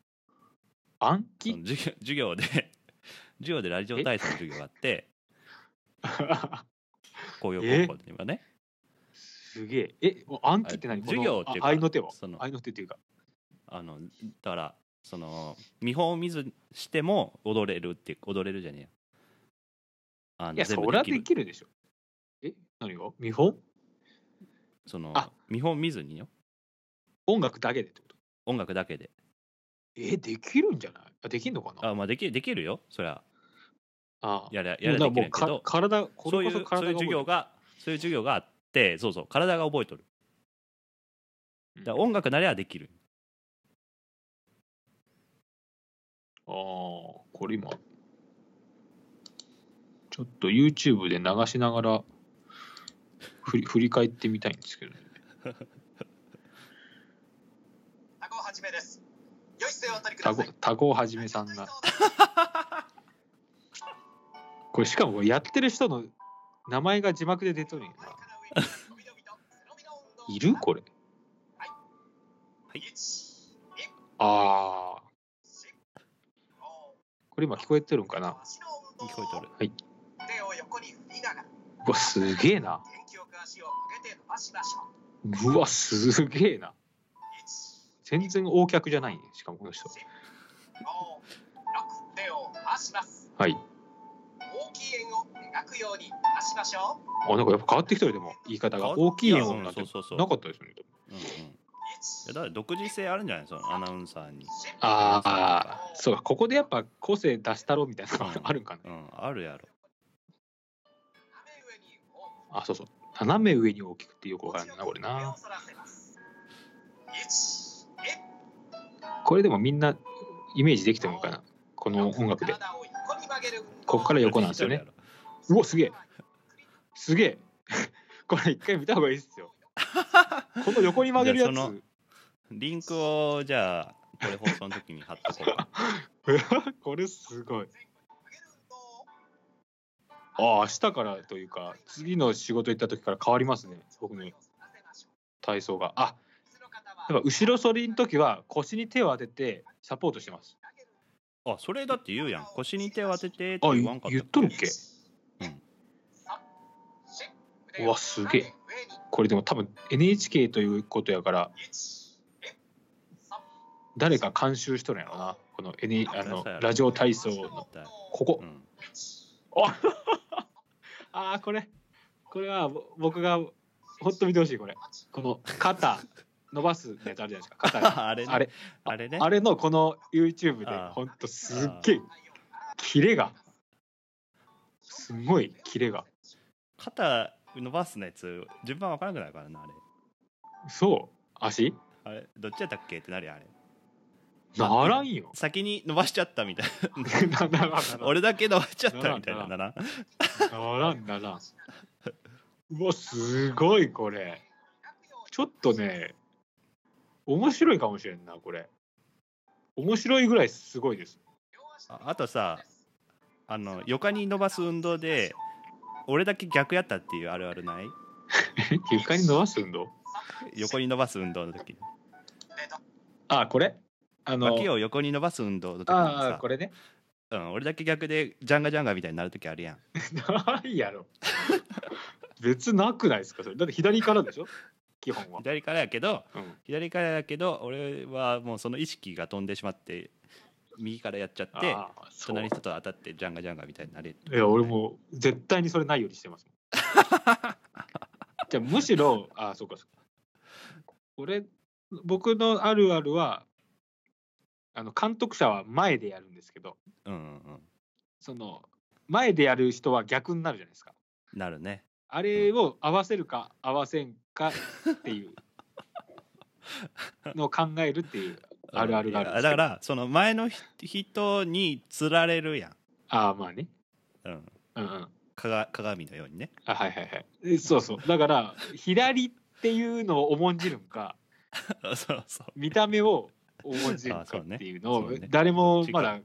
Speaker 1: 暗
Speaker 2: そ
Speaker 1: 記
Speaker 2: の授業授業で [laughs] 授業でラジオ体操の授業があ
Speaker 1: [laughs]
Speaker 2: って工業高校ではね
Speaker 1: すげええ暗記って何
Speaker 2: あ授業っていうか
Speaker 1: 愛の手は
Speaker 2: その
Speaker 1: 愛の手っていうか
Speaker 2: あのだからその見本を見ずしても踊れるって踊れるじゃねえよあの
Speaker 1: いやそ
Speaker 2: 全部
Speaker 1: りゃ
Speaker 2: でき
Speaker 1: で
Speaker 2: る
Speaker 1: きるでしょえ何が見本
Speaker 2: その
Speaker 1: あ
Speaker 2: 見本見ずによ
Speaker 1: 音楽だけでってこと
Speaker 2: 音楽だけで
Speaker 1: えできるんじゃないあできんのかな
Speaker 2: あまあできできるよそりゃ
Speaker 1: あ
Speaker 2: やりゃ
Speaker 1: も
Speaker 2: やり
Speaker 1: う
Speaker 2: ゃ
Speaker 1: だ
Speaker 2: で
Speaker 1: か
Speaker 2: き
Speaker 1: ら
Speaker 2: るん
Speaker 1: も
Speaker 2: や
Speaker 1: うか体
Speaker 2: けど
Speaker 1: こ
Speaker 2: そう
Speaker 1: れ
Speaker 2: い
Speaker 1: こ
Speaker 2: う
Speaker 1: そ
Speaker 2: そう
Speaker 1: 体
Speaker 2: いう
Speaker 1: が覚え
Speaker 2: 授
Speaker 1: てる
Speaker 2: 業がそういう授業があってそうそう体が覚えとるだから音楽なりゃできる
Speaker 1: ああ、これ今、ちょっと YouTube で流しながら振り、振り返ってみたいんですけどね。
Speaker 3: タコはじめです。良い姿勢をお取りく
Speaker 1: タ
Speaker 3: だ
Speaker 1: コ
Speaker 3: さい。、
Speaker 1: タコはじめさんが。これしかもこれやってる人の名前が字幕で出とるんやな。いるこれ。
Speaker 2: はい
Speaker 1: ああ、これ今聞こえてるんかな。
Speaker 2: 聞こえとる
Speaker 3: 手を横に振りながら、
Speaker 1: うわ、すげえな。
Speaker 3: 天気よく足を上げて伸ばしましょう。
Speaker 1: うわ、すげえな。
Speaker 3: 一
Speaker 1: 全然大客じゃないね。しかもこの人。
Speaker 3: 五六手を回します。
Speaker 1: はい。
Speaker 3: 大きい円を描くように回しましょう。
Speaker 1: あ、なんかやっぱ変わってきてるでも、言い方が。
Speaker 2: 変わっ
Speaker 1: 大きい円を
Speaker 2: や
Speaker 1: なんて
Speaker 2: うんそうそうそう
Speaker 1: なかったですよね。
Speaker 2: うんうんい
Speaker 3: 一
Speaker 2: やだから独自性あるんじゃないそのアナウンサーに
Speaker 1: ああ、そうか、ここでやっぱ個性出したろみたいなのが
Speaker 2: うん
Speaker 1: あるんか
Speaker 2: う
Speaker 1: ね。
Speaker 2: んあるやろ
Speaker 3: 斜め上に大きく
Speaker 1: あ、そうそう。斜め上に大きくってよくわからんな、これな。。これでもみんなイメージできてるのかな。この音楽で。こっから横なんですよね
Speaker 2: やるやろ
Speaker 1: うわ、すげえ。すげえ。 [laughs] これ一回見た方がいいっす
Speaker 2: [laughs]
Speaker 1: よ。この横に曲げるや
Speaker 2: じゃあその
Speaker 1: つ。
Speaker 2: リンクをじゃあこれ放送の時に貼っとこ
Speaker 1: [laughs]
Speaker 2: うか
Speaker 1: これすごい。ああ、明日からというか、次の仕事行った時から変わりますね。僕の体操が。あ、やっぱ後ろ反りの時は腰に手を当ててサポートしてます。
Speaker 2: あそれだって言うやん腰に手を当ててって
Speaker 1: あ
Speaker 2: 言わんかった
Speaker 1: 言っとるっけ
Speaker 2: うん
Speaker 1: うわすげえこれでも多分 NHK ということやから誰か監修しとるんやろなこの N あのラジオ体操のここ
Speaker 2: うん
Speaker 1: ああこれこれはぼ僕がほっと見てほしいこれこの肩伸ばすやつあるじゃないですか肩が
Speaker 2: [laughs] あれね
Speaker 1: あれ
Speaker 2: あれね
Speaker 1: あれのこの YouTube で
Speaker 2: あー
Speaker 1: ほんとすっげえキレがすごいキレが
Speaker 2: 肩伸ばすのやつ順番わからなくなるからなあれ
Speaker 1: そう足
Speaker 2: あれどっちやったっけってなるやんあれ
Speaker 1: ならん
Speaker 2: [laughs]
Speaker 1: よ [laughs]
Speaker 2: 先に伸ばしちゃったみたい
Speaker 1: ならんな
Speaker 2: な [laughs] 俺だけ伸ばしちゃったみたいな
Speaker 1: な
Speaker 2: だな
Speaker 1: らんならんならんうわすごいこれちょっとね面白いかもしれんなこれ面白いぐらいすごいです
Speaker 2: ああとさあの床に伸ばす運動で俺だけ逆やったっていうあるあるない
Speaker 1: え床に伸ばす運動
Speaker 2: 横に伸ばす運動の時
Speaker 1: あこれあの
Speaker 2: 脇を横に伸ばす運動の時
Speaker 1: あ
Speaker 2: にさ
Speaker 1: あこれね [laughs]
Speaker 2: うん、俺だけ逆でジャンガジャンガみたいになる時あるやん
Speaker 1: ないや [laughs] ろ別なくないですかそれだって左からでしょ基本は、
Speaker 2: 左からやけど
Speaker 1: うん、
Speaker 2: 左からやけど俺はもうその意識が飛んでしまって右からやっちゃって
Speaker 1: ああそう
Speaker 2: 隣の人と当たってジャンガジャンガみたいになれる
Speaker 1: いや俺もう絶対にそれないようにしてますもんじゃあむしろあそうかそうか俺僕のあるあるはあの監督者は前でやるんですけど
Speaker 2: うんうん
Speaker 1: その前でやる人は逆になるじゃないですか
Speaker 2: うんなるね
Speaker 1: あれを合わせるか合わせんかっていうのを考えるっていう
Speaker 2: うん
Speaker 1: あるあるがあるんですけど
Speaker 2: いやだからその前の人人につられるやん、
Speaker 1: ああまあね
Speaker 2: うん、
Speaker 1: うんうん
Speaker 2: かが鏡のようにね [laughs]
Speaker 1: あはいはいはいえそうそうだから左っていうのを重んじるんか
Speaker 2: そうそう
Speaker 1: 見た目を重んじるん
Speaker 2: あそ
Speaker 1: か
Speaker 2: うね
Speaker 1: っていうのを
Speaker 2: そうね
Speaker 1: 誰もまだ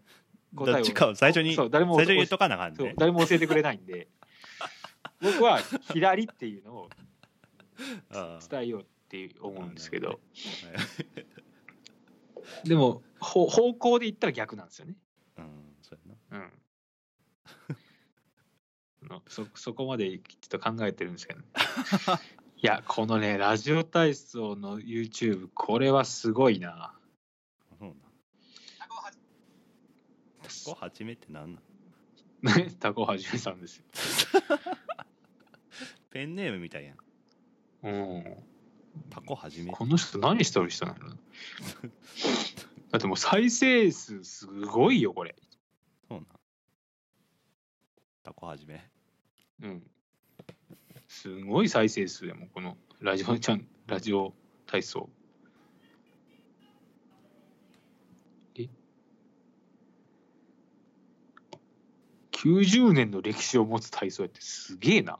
Speaker 2: どっちかを最初に
Speaker 1: そう
Speaker 2: 最
Speaker 1: 誰も
Speaker 2: 初に言っとかなあかん
Speaker 1: そう
Speaker 2: ね
Speaker 1: 誰も教えてくれないん
Speaker 2: [laughs]
Speaker 1: で僕は左っていうのを
Speaker 2: あ
Speaker 1: 伝えようって思うんですけ
Speaker 2: あ
Speaker 1: ど
Speaker 2: なる
Speaker 1: でもほ方向で言ったら逆なんですよね
Speaker 2: あうんそうやな [laughs]
Speaker 1: うん。のそそこまでちょっと考えてるんですけど、ね、いやこのねラジオ体操の YouTube これはすごいな
Speaker 2: そうなんタコ始めってなんなん
Speaker 1: [laughs] ねタコはじめさんですよ
Speaker 2: ペンネームみたいやん
Speaker 1: うん
Speaker 2: タコ始め
Speaker 1: この人何してる人なのだってもう再生数すごいよこれ
Speaker 2: そうなんタコ始め
Speaker 1: うんすごい再生数でもんこのラジオちゃんラジオ体操え90年の歴史を持つ体操やってすげえな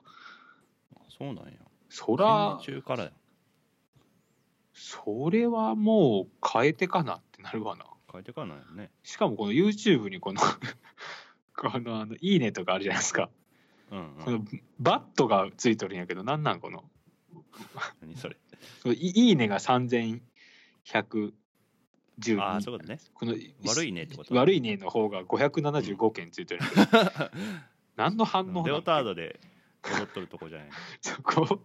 Speaker 2: あそうなんや
Speaker 1: そ
Speaker 2: 戦
Speaker 1: ら
Speaker 2: 時中からやん
Speaker 1: それはもう変えてかなってなるわな
Speaker 2: 変えてかないよね
Speaker 1: しかもこの YouTube にこの [laughs] このあのいいねとかあるじゃないですか
Speaker 2: うん、
Speaker 1: こ
Speaker 2: う
Speaker 1: の
Speaker 2: ん、
Speaker 1: バットがついてるんやけどなんなんこの
Speaker 2: 何それ
Speaker 1: そういいいねが3110
Speaker 2: ああそういうことね
Speaker 1: この
Speaker 2: 悪いねってこと
Speaker 1: 悪いねの方が575件ついてる、何の反応なの
Speaker 2: レオタードで踊っとるとこじゃない
Speaker 1: [laughs] そこ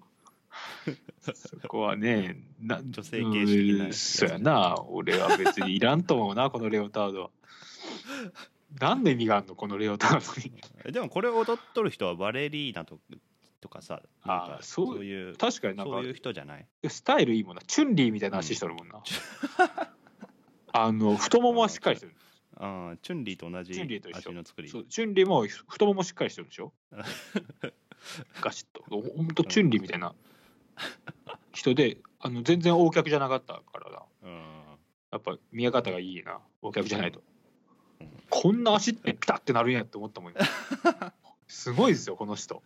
Speaker 1: そこはねな
Speaker 2: 女性形式な
Speaker 1: う
Speaker 2: や
Speaker 1: ん
Speaker 2: つ
Speaker 1: そうやな俺は別にいらんと思うなこのレオタード
Speaker 2: [laughs]
Speaker 1: は何の意味があるのこのレオタードに
Speaker 2: えでもこれを踊っとる人はバレリーナととかさなんか
Speaker 1: あーそう
Speaker 2: そういう
Speaker 1: 確かになんか
Speaker 2: そういう人じゃない
Speaker 1: スタイルいいもんなチュンリーみたいな足してるもんな、あの太ももはしっかりしてる
Speaker 2: あーチュンリーと同じ
Speaker 1: チュンリーと一緒
Speaker 2: 足の作り
Speaker 1: そうチュンリーも太ももしっかりしてるん [laughs] でしょガシッとほほんとチュンリーみたいな人であの全然 O 客じゃなかったからな
Speaker 2: うん
Speaker 1: やっぱ見え方がいいな O 客じゃないと、
Speaker 2: うん
Speaker 1: こんな足ってピタってなるんやって思ったもん今 [laughs] すごいですよこの人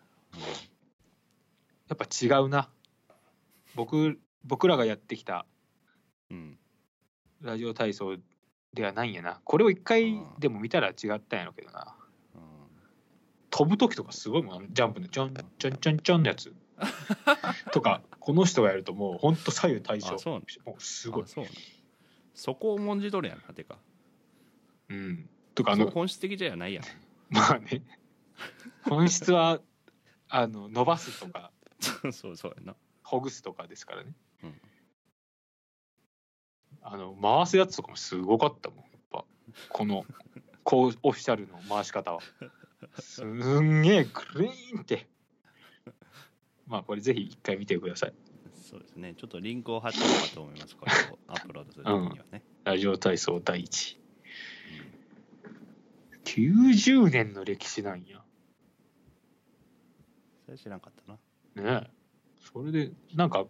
Speaker 1: やっぱ違うな僕僕らがやってきた
Speaker 2: うん
Speaker 1: ラジオ体操ではないんやなこれを一回でも見たら違ったんやろうけどな、
Speaker 2: うん
Speaker 1: 飛ぶ時とかすごいもんあのジャンプのちょんちょんちょんちょんのや
Speaker 2: [laughs]
Speaker 1: つとかこの人がやるともうほんと左右対称
Speaker 2: あそうなん
Speaker 1: もうすごい
Speaker 2: あ、そうなんそこを文字取るやんかてか
Speaker 1: うん、とかあ
Speaker 2: そ
Speaker 1: の
Speaker 2: う本質的じゃないやん
Speaker 1: [laughs] まあね本質はあの伸ばすとか
Speaker 2: そうそうやな
Speaker 1: ほぐすとかですからね、
Speaker 2: うん
Speaker 1: あの回すやつとかもすごかったもんやっぱこ
Speaker 2: [laughs]
Speaker 1: のこうオフィシャルの回し方はすんげえクリーンってまあこれぜひ一回見てください
Speaker 2: そうですねちょっとリンクを貼っておこうかと思いますこれをアップロードする時にはね、
Speaker 1: ラジオ体操第一
Speaker 2: うん
Speaker 1: 90年の歴史なんや
Speaker 2: それ知らんかったな
Speaker 1: ねえそれでなんか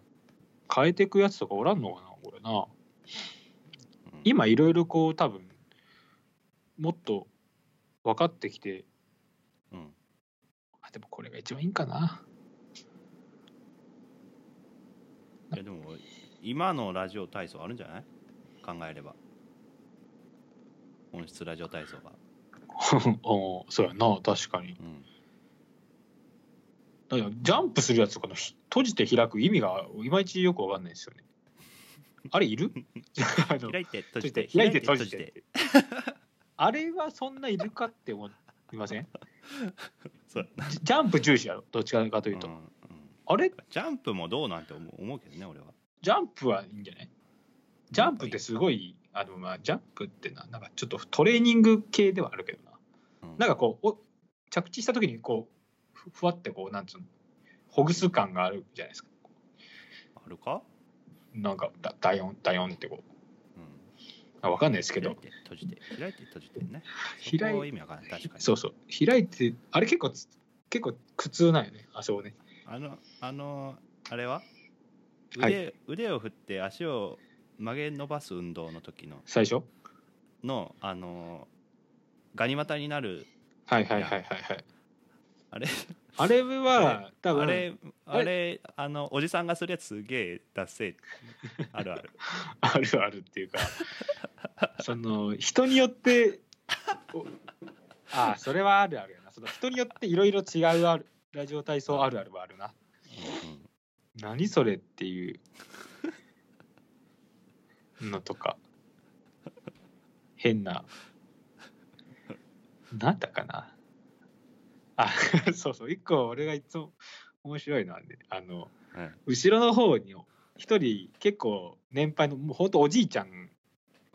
Speaker 1: 変えてくやつとかおらんのかなこれな
Speaker 2: うん
Speaker 1: 今いろいろこう多分もっと分かってきて
Speaker 2: うん
Speaker 1: あでもこれが一番いいんかない
Speaker 2: やでも今のラジオ体操あるんじゃない考えれば本質ラジオ体操が、
Speaker 1: お [laughs] そうやな確かに
Speaker 2: うん、
Speaker 1: だからジャンプするやつとかのひ閉じて開く意味がいまいちよく分かんないですよねあれいるあの
Speaker 2: [laughs] 開いて
Speaker 1: 閉
Speaker 2: 閉じ
Speaker 1: じ
Speaker 2: て
Speaker 1: て開いて閉じて
Speaker 2: [laughs]
Speaker 1: あれはそんないるかって思いません
Speaker 2: そうや
Speaker 1: ジジャンプ重視やろどっちかというと、
Speaker 2: うんうん
Speaker 1: あれ
Speaker 2: ジャンプもどうなんて思う思うけどね俺は
Speaker 1: ジャンプはいいんじゃないジャンプってすごいあのまあジャンプってななんかちょっとトレーニング系ではあるけどな
Speaker 2: うん
Speaker 1: なんかこうお着地した時にこうふふわってこうなんつうのほぐす感があるじゃないですか
Speaker 2: あるか、
Speaker 1: なんかだだよんだよんってこ
Speaker 2: うん、
Speaker 1: うわかんないですけ
Speaker 2: 開い
Speaker 1: ど
Speaker 2: て閉じて開いて閉じてね
Speaker 1: 開い
Speaker 2: そこは意味わかんない確かに
Speaker 1: そうそう開いてあれ結構つ結構苦痛なんよねあそこね
Speaker 2: あのあのあれは腕,、
Speaker 1: はい
Speaker 2: 腕を振って足を曲げ伸ばす運動の時の
Speaker 1: 最初
Speaker 2: のあのガニ股になる
Speaker 1: はいはいはいはいはい
Speaker 2: あれ
Speaker 1: あれは多分
Speaker 2: あれ
Speaker 1: あ
Speaker 2: あれあのおじさんがするやつすげえダッセーあるある
Speaker 1: あるあるっていうかその人によっておああそれはあるあるやなその人によっていろいろ違うあるラジオ体操あるあるはあるな何それっていうのとか変ななんだかなあそうそう一個俺がいつも面白いのはねあの
Speaker 2: うんうん
Speaker 1: 後ろの方に一人結構年配のもうほんとおじいちゃん
Speaker 2: うん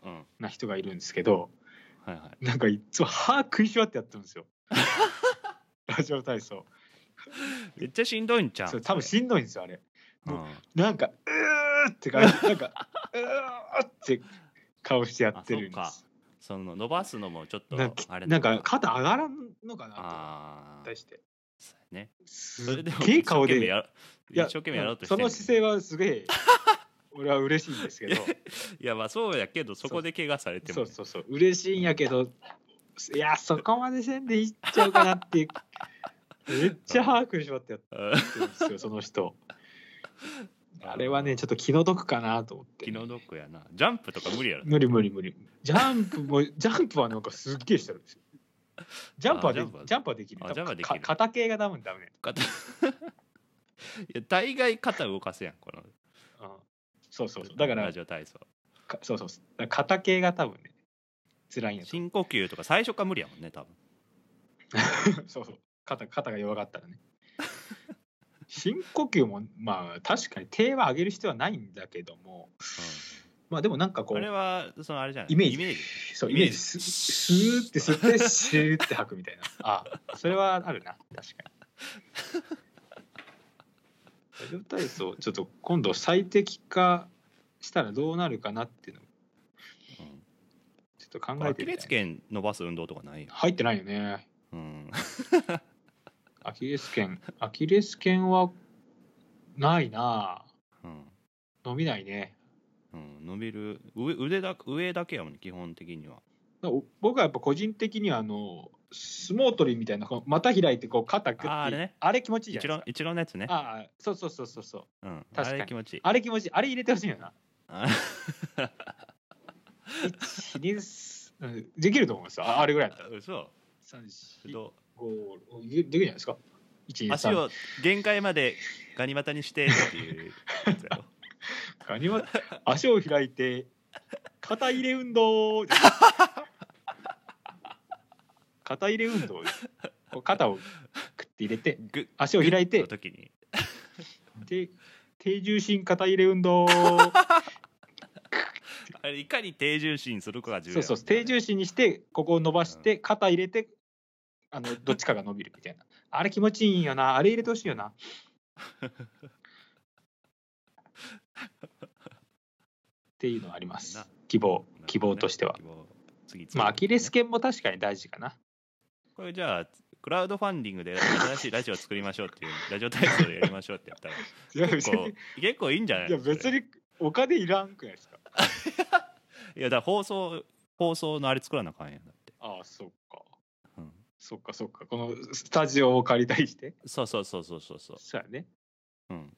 Speaker 2: うん
Speaker 1: な人がいるんですけど
Speaker 2: はいはい
Speaker 1: なんかいっつも歯食いしばってやってるんですよラジオ体操
Speaker 2: めっちゃしんどいんちゃう
Speaker 1: それ多分しんどいんですよあれ
Speaker 2: うん
Speaker 1: どなんか「うー」って感じなんか「うー」って顔してやってるんで
Speaker 2: あそ
Speaker 1: す
Speaker 2: その伸ばすのもちょっと
Speaker 1: なんか
Speaker 2: あれ
Speaker 1: なん
Speaker 2: の
Speaker 1: か肩上がらんのかなと思
Speaker 2: あ
Speaker 1: って
Speaker 2: あ
Speaker 1: 対して
Speaker 2: そうやね
Speaker 1: す
Speaker 2: それ
Speaker 1: っ
Speaker 2: でも
Speaker 1: げえ顔で
Speaker 2: 一生懸命やろ
Speaker 1: いや
Speaker 2: 一生懸命やろうとして
Speaker 1: そ
Speaker 2: る
Speaker 1: の姿勢はすげ
Speaker 2: [laughs]
Speaker 1: え俺は嬉しいんですけど
Speaker 2: いやまあそうやけどそこで怪我されても
Speaker 1: そ
Speaker 2: ね
Speaker 1: うそうそう嬉しいんやけどいやそこまでせんでいっちゃうかなっていうめっちゃ歯食いしばってやっ
Speaker 2: うん [laughs]
Speaker 1: てるんですよその人あれはねちょっと気の毒かなと思って
Speaker 2: 気の毒やなジャンプとか無理やろ
Speaker 1: [laughs]
Speaker 2: [laughs]
Speaker 1: 無理無理無理ジャンプもジ [laughs] ャンプはなんかすっげえしてるんですよジャンプはで
Speaker 2: あ
Speaker 1: き
Speaker 2: ジャンプは
Speaker 1: ジャンプはできる
Speaker 2: あジャンプはできる
Speaker 1: か片系がダメダメ、
Speaker 2: 肩いや大概肩動かすやんこの
Speaker 1: うん、そうそうそうだから
Speaker 2: ラジオ体操
Speaker 1: かそうそうそうだから片系が多分ね辛いんやと思
Speaker 2: 深呼吸とか最初から無理やもんね多分
Speaker 1: うそうそう肩肩が弱かったらね深呼吸もまあ確かに手は上げる必要はないんだけどもまあでもなんかこ
Speaker 2: うん、
Speaker 1: う
Speaker 2: あれはそのあれじゃない
Speaker 1: イメージそう
Speaker 2: イ
Speaker 1: イ
Speaker 2: メ
Speaker 1: メ
Speaker 2: ー
Speaker 1: ージ
Speaker 2: ジ
Speaker 1: ススーって吸 [laughs] ってシューって吐くみたいなあそれはあるな確かにラジオ体操ちょっと今度最適化したらどうなるかなっていうのを
Speaker 2: う
Speaker 1: ちょっと考
Speaker 2: ん、
Speaker 1: え
Speaker 2: ア
Speaker 1: て
Speaker 2: キ
Speaker 1: み
Speaker 2: レ
Speaker 1: た
Speaker 2: ス
Speaker 1: いな
Speaker 2: 腱伸ばす運動とかないよ、
Speaker 1: 入ってないよね
Speaker 2: うん、
Speaker 1: アキレス腱アキレス腱はないな
Speaker 2: うん
Speaker 1: 伸びないね
Speaker 2: うん、伸びる上腕だ上だけやもん基本的には
Speaker 1: だから僕はやっぱ個人的にはあの相撲取りみたいなこう股開いてこう肩グッて
Speaker 2: あーあれね
Speaker 1: あれ気持ちいいじゃ
Speaker 2: 一
Speaker 1: ない
Speaker 2: 郎
Speaker 1: ですか
Speaker 2: 一郎のやつね
Speaker 1: ああそうそうそうそうそう
Speaker 2: うん、あ
Speaker 1: 確かに
Speaker 2: れ気持ちいい
Speaker 1: あれ気持ちいい。あれ入れてほしいよな。
Speaker 2: あ [laughs]
Speaker 1: 一二うんできると思うんですよ。ああれぐらいだったら。
Speaker 2: 嘘
Speaker 1: 三四
Speaker 2: ど
Speaker 1: 五六できるんじゃないですか。一
Speaker 2: う
Speaker 1: 二
Speaker 2: 足
Speaker 1: 三。
Speaker 2: を限界までガニ股にしてっていうやつ
Speaker 1: [laughs]
Speaker 2: やろ
Speaker 1: ガニは
Speaker 2: [laughs]
Speaker 1: 足を開いて肩入れ運動。肩入れ運動ですこう肩をくって入れて
Speaker 2: グッ
Speaker 1: 足を開いて
Speaker 2: グッの時に
Speaker 1: 低低重心肩入れ運動
Speaker 2: あれいかに低重心するかが重要
Speaker 1: そうそう低重
Speaker 2: 心
Speaker 1: 心にしてここを伸ばして肩入れてあ
Speaker 2: [laughs]
Speaker 1: のどっちかが伸びるみたいなあれ気持ちいいんよなあれ入れてほしいよ
Speaker 2: [laughs]
Speaker 1: なっていうのはあります
Speaker 2: な
Speaker 1: 希望希望としては、
Speaker 2: 次
Speaker 1: まあアキレス
Speaker 2: 系
Speaker 1: 腱も確かに大事かな
Speaker 2: これじゃあクラウドファンディングで新しいラジオ作りましょうっていうラジオ体操でやりましょうってやった
Speaker 1: [laughs]
Speaker 2: ら
Speaker 1: いや
Speaker 2: 結構結構いいんじゃないそれ
Speaker 1: にお金いらんくないですか
Speaker 2: いやだから放送放送のあれ作らなあかんやんだって、
Speaker 1: ああそっか
Speaker 2: うん、
Speaker 1: そっかそっかこのスタジオを借りたりして
Speaker 2: そうそうそうそうそうそう
Speaker 1: そうやね
Speaker 2: うん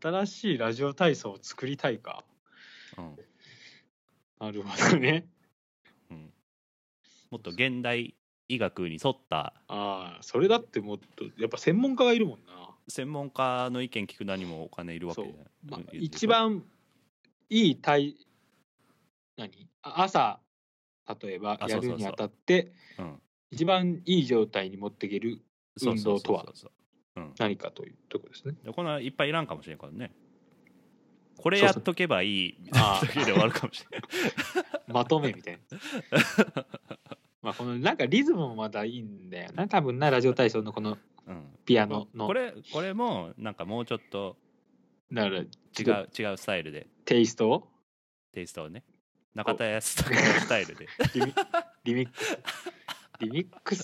Speaker 1: 新しいラジオ体操を作りたいか
Speaker 2: うん
Speaker 1: なるほどね
Speaker 2: うんもっと現代医学に沿った
Speaker 1: ああそれだってもっとやっぱ専門家がいるもんな、
Speaker 2: 専門家の意見聞くなにもお金いるわけじゃない
Speaker 1: まあ
Speaker 2: うん
Speaker 1: 一番いい体何あ朝例えば
Speaker 2: あ
Speaker 1: や
Speaker 2: そうそう
Speaker 1: る
Speaker 2: そう
Speaker 1: にあたって
Speaker 2: うん
Speaker 1: 一番いい状態に持っていける
Speaker 2: そうそうそうそうそううん
Speaker 1: 何かというところ
Speaker 2: [laughs]
Speaker 1: ですね
Speaker 2: でこんないっぱいいらんかもしれんからねこれやっとけばいいみたいな
Speaker 1: そう
Speaker 2: だけで終わるかもしれん
Speaker 1: まとめみたいな
Speaker 2: [laughs]
Speaker 1: まあこのなんかリズムもまだいいんだよな多分なラジオ体操のこの
Speaker 2: うん
Speaker 1: ピアノの
Speaker 2: これこれもなんかもうちょっと
Speaker 1: だから違
Speaker 2: 違う違うスタイルで
Speaker 1: テイストを
Speaker 2: テイストをね中田康隆のスタ
Speaker 1: [laughs]
Speaker 2: イルで
Speaker 1: リ
Speaker 2: [laughs]
Speaker 1: ミリミックスリミック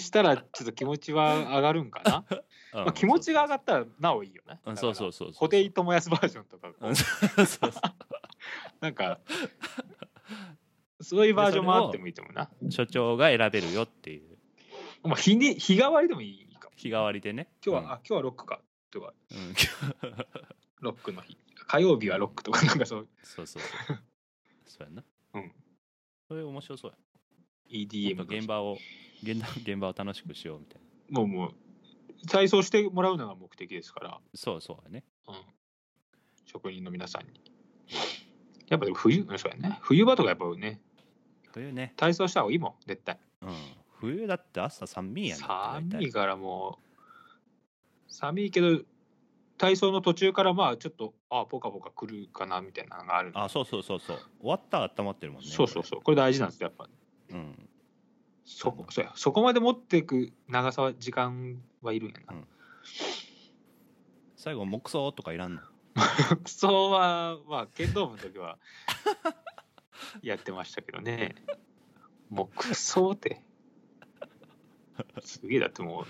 Speaker 1: スしたらちょっと気持ちは上がるんかな
Speaker 2: うん
Speaker 1: まあ、気持ちが上がったらなおいいよね。
Speaker 2: う
Speaker 1: だか
Speaker 2: ん
Speaker 1: ら
Speaker 2: そうそうそうそう
Speaker 1: 布袋寅泰バージョンとか、
Speaker 2: うん [laughs] そうそうそ
Speaker 1: なんか、そういうバージョンもあってもいいと思うな。
Speaker 2: う所長が選べるよっていう
Speaker 1: まあ、日に日替わりでもいいかも。
Speaker 2: 日替わりでね
Speaker 1: 今日は、あ、今日はロックかとか、
Speaker 2: うんうん
Speaker 1: ロックの日。火曜日はロックとか、なんかそう、
Speaker 2: そうそうそうそうやんな
Speaker 1: うん
Speaker 2: それ面白そうや
Speaker 1: EDM
Speaker 2: も
Speaker 1: の
Speaker 2: っと現場を現場現場を楽しくしようみたいな
Speaker 1: もう、もう、体操してもらうのが目的ですから、
Speaker 2: そうそうやね
Speaker 1: うん。職人の皆さんに。やっぱでも冬、うんそうやね。冬場とかやっぱね、
Speaker 2: 冬ね、
Speaker 1: 体操した方がいいもん、絶対。
Speaker 2: うん、冬だって朝寒いやんだって
Speaker 1: 寒
Speaker 2: 大体
Speaker 1: いからもう寒いけど体操の途中からまあちょっとあポカポカくるかなみたいなのがあるんで
Speaker 2: あそうそうそうそう終わったら温まってるもんね
Speaker 1: そうそうそうこれ大事なんですよやっぱ
Speaker 2: う、うん、
Speaker 1: そこそうやそこまで持っていく長さは時間はいるんやな、
Speaker 2: うん最後木葬とかいらんの [laughs]
Speaker 1: 服装はまあ剣道部の時はやってましたけどね木装ってすげえだってもう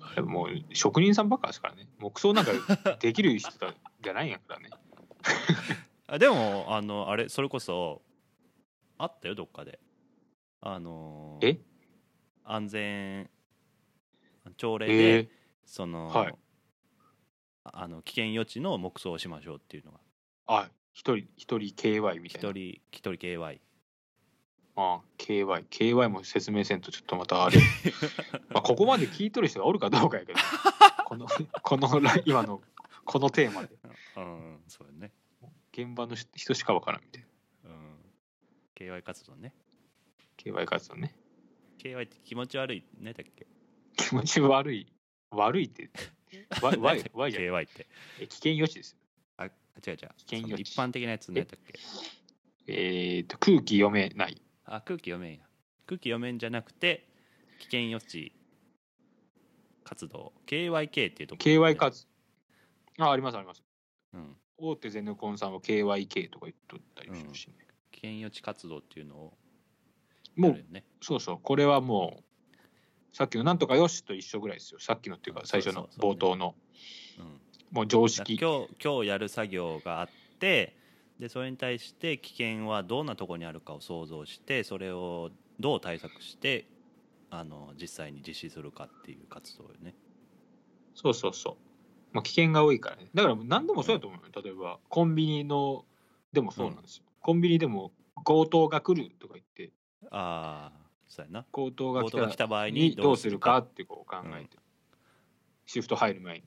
Speaker 1: あれもう職人さんばっかですからね木装なんかできる人だじゃないんやからね
Speaker 2: あでもあのあれそれこそあったよどっかであのー
Speaker 1: え
Speaker 2: 安全朝礼で、
Speaker 1: え
Speaker 2: その、
Speaker 1: はい
Speaker 2: あの危険予知の黙想をしましょうっていうのが
Speaker 1: ー、あ一人一人 KY み
Speaker 2: 一
Speaker 1: たいな
Speaker 2: 人一人 KY
Speaker 1: ああ KY KY も説明せんとちょっとまたあ
Speaker 2: [laughs]
Speaker 1: れまあここまで聞いとる人がおるかどうかやけどこのこのラ今のこのテーマで
Speaker 2: うんそうやね
Speaker 1: 現場の人しかわからんみたいな
Speaker 2: うん KY 活動ね
Speaker 1: KY 活動ね
Speaker 2: KY って気持ち悪いねだっけ
Speaker 1: 気持ち悪い悪いって
Speaker 2: [laughs]
Speaker 1: わ Y, y じゃない
Speaker 2: KY って
Speaker 1: え危険予知です
Speaker 2: あ違う違う
Speaker 1: 危険予知
Speaker 2: その一般的なやつねだっけ
Speaker 1: えー、と空気読めない
Speaker 2: あ空気読めんや空気読めんじゃなくて危険予知活動 KYK っていうとこ
Speaker 1: KY 活あありますあります
Speaker 2: うん、
Speaker 1: 大手ゼネコンさんは KYK とか言っとったりするしね、
Speaker 2: 危険予知活動っていうのを
Speaker 1: も
Speaker 2: や
Speaker 1: う
Speaker 2: るよね
Speaker 1: そうそう、これはもう、さっきのなんとかよしと一緒ぐらいですよ。さっきのっていうか、最初の
Speaker 2: そうそうそう
Speaker 1: 冒頭の、
Speaker 2: うん
Speaker 1: もう常
Speaker 2: だ
Speaker 1: 識。
Speaker 2: 今日今日やる作業があってでそれに対して危険はどんなとこにあるかを想像してそれをどう対策してあの実際に実施するかっていう活動よね
Speaker 1: そうそうそう。まあ、危険が多いからね。だから何でもそうやと思うよ。例えば、コンビニの、でもそうなんですよ。コンビニでも強盗が来るとか言って、
Speaker 2: ああそうやな
Speaker 1: 強盗が
Speaker 2: 強
Speaker 1: 来
Speaker 2: 盗が
Speaker 1: た
Speaker 2: 来た場合に
Speaker 1: にどうするかってこう考
Speaker 2: う
Speaker 1: え
Speaker 2: ん
Speaker 1: て、シフト入る前に。 [laughs]
Speaker 2: うん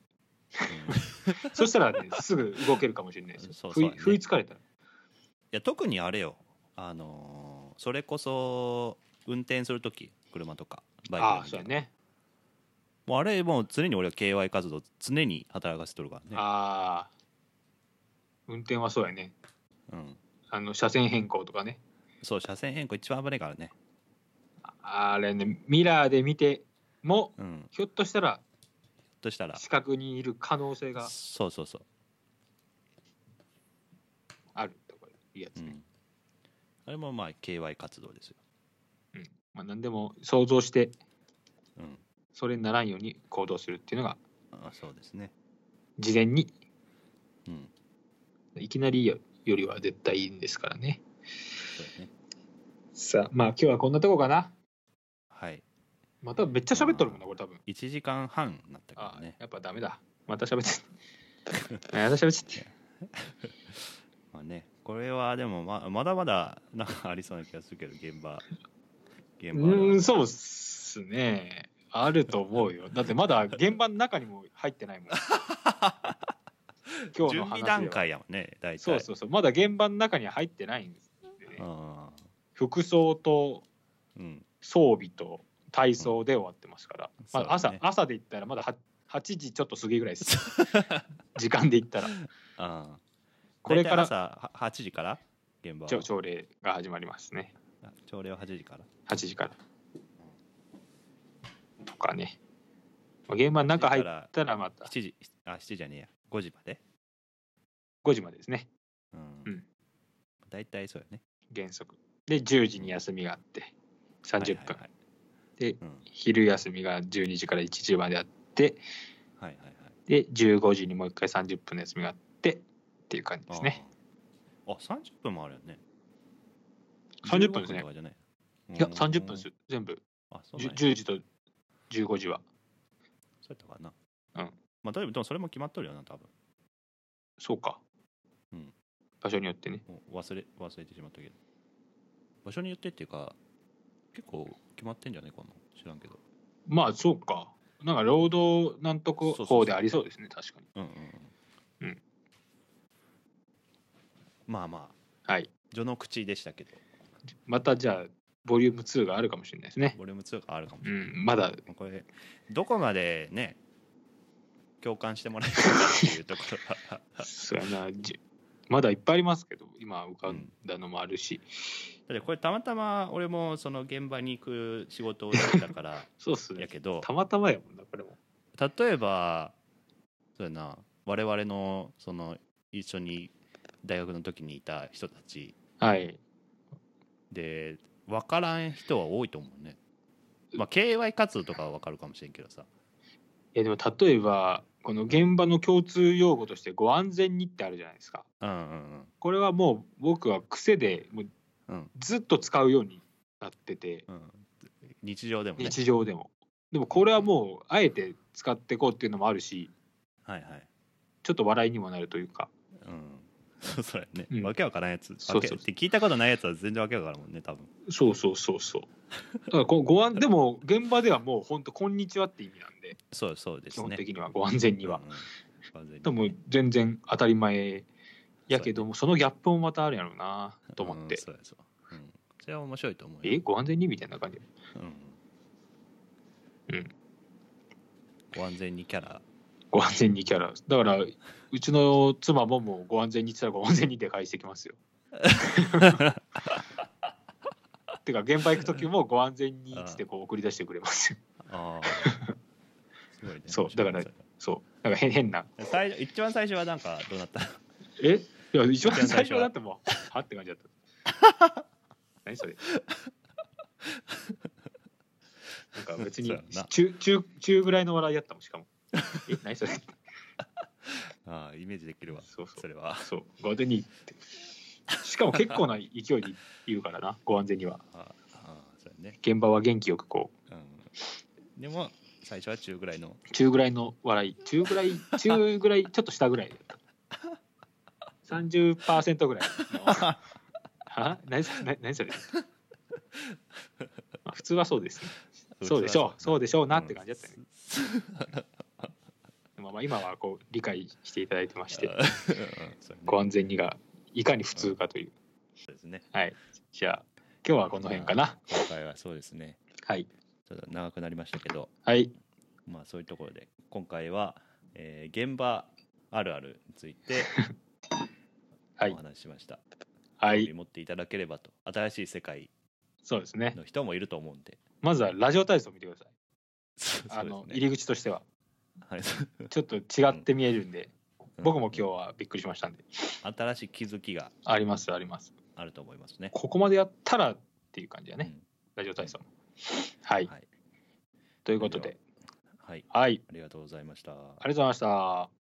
Speaker 2: い
Speaker 1: そした
Speaker 2: [laughs]
Speaker 1: らね、すぐ動けるかもしれないですよ。
Speaker 2: そうそ
Speaker 1: 不
Speaker 2: うや
Speaker 1: 意
Speaker 2: ね
Speaker 1: 不意つかれたら。
Speaker 2: や特にあれよあのーそれこそ運転する時車とかバ
Speaker 1: あ
Speaker 2: イクとか
Speaker 1: あ
Speaker 2: み
Speaker 1: そ
Speaker 2: た
Speaker 1: うや
Speaker 2: いな
Speaker 1: ね
Speaker 2: もうあれもう常に俺は KY 活動常に働かせとるからね、
Speaker 1: ああ運転はそうやね
Speaker 2: うん、
Speaker 1: あの車線変更とかね
Speaker 2: そう車線変更一番危ないからね、
Speaker 1: あれねミラーで見ても
Speaker 2: うん、
Speaker 1: ひょっとしたら
Speaker 2: としたら
Speaker 1: 死角にいる可能性が
Speaker 2: そうそうそう、
Speaker 1: あるとかいうやつ
Speaker 2: う
Speaker 1: ね、
Speaker 2: ん、あれもまあ KY 活動ですよ、
Speaker 1: まあ、何でも想像して
Speaker 2: うん、
Speaker 1: それにならんように行動するっていうのが
Speaker 2: あそうですね、
Speaker 1: 事前に
Speaker 2: うん、
Speaker 1: いきなりよりは絶対いいんですからね
Speaker 2: そうだね
Speaker 1: さあまあ今日はこんなとこかな
Speaker 2: はい
Speaker 1: まためっちゃ喋っとるもんなこれ多分
Speaker 2: 1時間半なったか
Speaker 1: あ
Speaker 2: ら
Speaker 1: あ、
Speaker 2: ね
Speaker 1: やっぱダメだまた喋ってまた [laughs] 喋って
Speaker 2: まあねこれはでもままだまだなんかありそうな気がするけど現場現
Speaker 1: う
Speaker 2: 場の
Speaker 1: ーん、そうっすね。あると思うよ。だってまだ現場の中にも入ってない
Speaker 2: [laughs]
Speaker 1: もん。今日
Speaker 2: 準
Speaker 1: の話では
Speaker 2: 備段階やもんね大体
Speaker 1: そうそうそう。まだ現場の中には入ってないんです、ね。
Speaker 2: ああ
Speaker 1: 服装と
Speaker 2: うん
Speaker 1: 装備と体操で終わってますから。
Speaker 2: うん
Speaker 1: まあ、朝、
Speaker 2: そうだね
Speaker 1: 朝で言ったらまだは8時ちょっと過ぎぐらいです。
Speaker 2: [laughs]
Speaker 1: 時間で言ったら。
Speaker 2: ああ
Speaker 1: これか
Speaker 2: 大
Speaker 1: ら
Speaker 2: 体朝は8時から現場は
Speaker 1: 朝朝礼が始まりますね。
Speaker 2: あ朝礼は8時から
Speaker 1: 8時から。とかね。まあ現場の中入ったらまた
Speaker 2: 7時あ7時じゃねえや5時まで
Speaker 1: 5時までですね。
Speaker 2: うん、
Speaker 1: うん
Speaker 2: 大体そうやね
Speaker 1: 原則で10時に休みがあって30分、
Speaker 2: はい
Speaker 1: で
Speaker 2: はいはい
Speaker 1: 昼休みが12時から1時まであって
Speaker 2: うん、はいはいは
Speaker 1: で
Speaker 2: い
Speaker 1: 15時にもう一回30分の休みがあってっていう感じですね
Speaker 2: ああ30分もあるよね
Speaker 1: 30分ですね
Speaker 2: 15とかじゃない
Speaker 1: いや30分です
Speaker 2: よ
Speaker 1: よ全部
Speaker 2: あそうなんや
Speaker 1: 10, 10時と15時は
Speaker 2: そうやったかな
Speaker 1: うん
Speaker 2: まあ、例えばでもそれも決まっとるよな多分
Speaker 1: そうか、
Speaker 2: うん
Speaker 1: 場所によってね
Speaker 2: もう忘れ忘れてしまったけど場所によってっていうか結構決まってんじゃないかな知らんけど
Speaker 1: まあそうかなんか労働なんとこ
Speaker 2: そうそうそう
Speaker 1: 法でありそうですね確かに
Speaker 2: うんうんうん
Speaker 1: うん
Speaker 2: まあまあ
Speaker 1: はい
Speaker 2: 序の口でしたけど
Speaker 1: またじゃあボリューム2があるかもしれないですね
Speaker 2: ボリューム2があるかもし
Speaker 1: う
Speaker 2: れない、
Speaker 1: んまだ
Speaker 2: まあこれどこまでね共感してもらえるかっていうところは
Speaker 1: そうやなじまだいっぱいありますけど今浮かんだのもあるし、
Speaker 2: だってこれたまたま俺もその現場に行く仕事をしてたから
Speaker 1: そうっすね
Speaker 2: やけど
Speaker 1: たまたまやもんなこれも
Speaker 2: 例えばそうやな我々のその一緒に大学の時にいた人たち
Speaker 1: はい
Speaker 2: で分からん人は多いと思うねまあ KY 活動とかは分かるかもしれんけどさ
Speaker 1: いやでも例えばこの現場の共通用語として「ご安全に」ってあるじゃないですか
Speaker 2: うんうん
Speaker 1: これはもう僕は癖でもう
Speaker 2: うん
Speaker 1: ずっと使うようになってて
Speaker 2: うん、うん、日常でもね
Speaker 1: 日常でもでもこれはもうあえて使っていこうっていうのもあるし
Speaker 2: はいはい
Speaker 1: ちょっと笑いにもなるというか
Speaker 2: うん [laughs] そうそうやね、
Speaker 1: うん
Speaker 2: わけわからんや
Speaker 1: そ
Speaker 2: つ
Speaker 1: うそう
Speaker 2: わけって聞いたことないやつは全然わけわからんもんね多分
Speaker 1: そうそうそう
Speaker 2: [laughs]
Speaker 1: そうだからこうご安でも現場ではもう本当こんにちは」って意味なんで
Speaker 2: そうそうで
Speaker 1: 基
Speaker 2: す
Speaker 1: 本
Speaker 2: ね
Speaker 1: 的には「ご安全には」
Speaker 2: うん完全に
Speaker 1: でも全然当たり前やけどもそのギャップもまたあるやろうなと思って
Speaker 2: うん、そうやそう、うん、それは面白いと思うよ
Speaker 1: えご安全にみたいな感じ [laughs]
Speaker 2: うん
Speaker 1: うん
Speaker 2: ご安全にキャラ
Speaker 1: ご安全にキャラだからうちの妻ももうご安全にって言ったらご安全にで返してきます
Speaker 2: [laughs]
Speaker 1: よてか現場行く時もご安全にっつってこう送り出してくれますよ
Speaker 2: ああすごいね
Speaker 1: そうだから
Speaker 2: 面白いね
Speaker 1: そうなんか変変な
Speaker 2: それ最初一番最初はなんかどうなった [laughs]
Speaker 1: えいや一番
Speaker 2: 一番
Speaker 1: 最
Speaker 2: 最初
Speaker 1: 初
Speaker 2: は
Speaker 1: だってもうはって感じだった
Speaker 2: [laughs]
Speaker 1: 何それなんか別
Speaker 2: そ
Speaker 1: に
Speaker 2: うやな
Speaker 1: 中中中ぐらいの笑いやったもんしかもえ何それ
Speaker 2: ああイメージできるわ
Speaker 1: そうそう
Speaker 2: それは
Speaker 1: そう、ご安全にって。しかも結構な勢いで言うからな、ご安全には。
Speaker 2: ああそうやね
Speaker 1: 現場は元気よくこ
Speaker 2: うんでも最初は中ぐらいの
Speaker 1: う、中ぐらいの笑い、中ぐら
Speaker 2: [laughs]
Speaker 1: い、中ぐらい、ちょっと下ぐらいだった。30%ぐらい
Speaker 2: [laughs]
Speaker 1: の。は何それ何それまあ普通はそうです、ね、そうでしょうそうでしょうなって感じだったよね、
Speaker 2: [laughs]
Speaker 1: まあまあ今はこう理解していただいてまして
Speaker 2: うんそうやね
Speaker 1: ご安全にがいかに普通かという
Speaker 2: そうですね
Speaker 1: はいじゃあ今日はこの辺かな
Speaker 2: 今回はそうですね
Speaker 1: はい
Speaker 2: ちょっと長くなりましたけど
Speaker 1: はい
Speaker 2: まあそういうところで今回は、えー現場あるあるについて
Speaker 1: [laughs] は
Speaker 2: お
Speaker 1: い
Speaker 2: 話ししました、
Speaker 1: は
Speaker 2: 興味
Speaker 1: い
Speaker 2: 持っていただければと新しい世界
Speaker 1: そうですね
Speaker 2: の人もいると思うんで [laughs]
Speaker 1: まずはラジオ体操見てください
Speaker 2: そう
Speaker 1: あの、
Speaker 2: そうです
Speaker 1: 入り口としては
Speaker 2: はい
Speaker 1: ちょっと違って見えるんで、僕も今
Speaker 2: 日
Speaker 1: 日はびっくりしましたんで、
Speaker 2: 新しい気づきが
Speaker 1: ありますあります
Speaker 2: あると思いますね
Speaker 1: ここまでやったらっていう感じだね、ラジオ体操もはい、
Speaker 2: はい
Speaker 1: ということで
Speaker 2: うんはい
Speaker 1: はい
Speaker 2: ありがとうございました
Speaker 1: ありがとうございました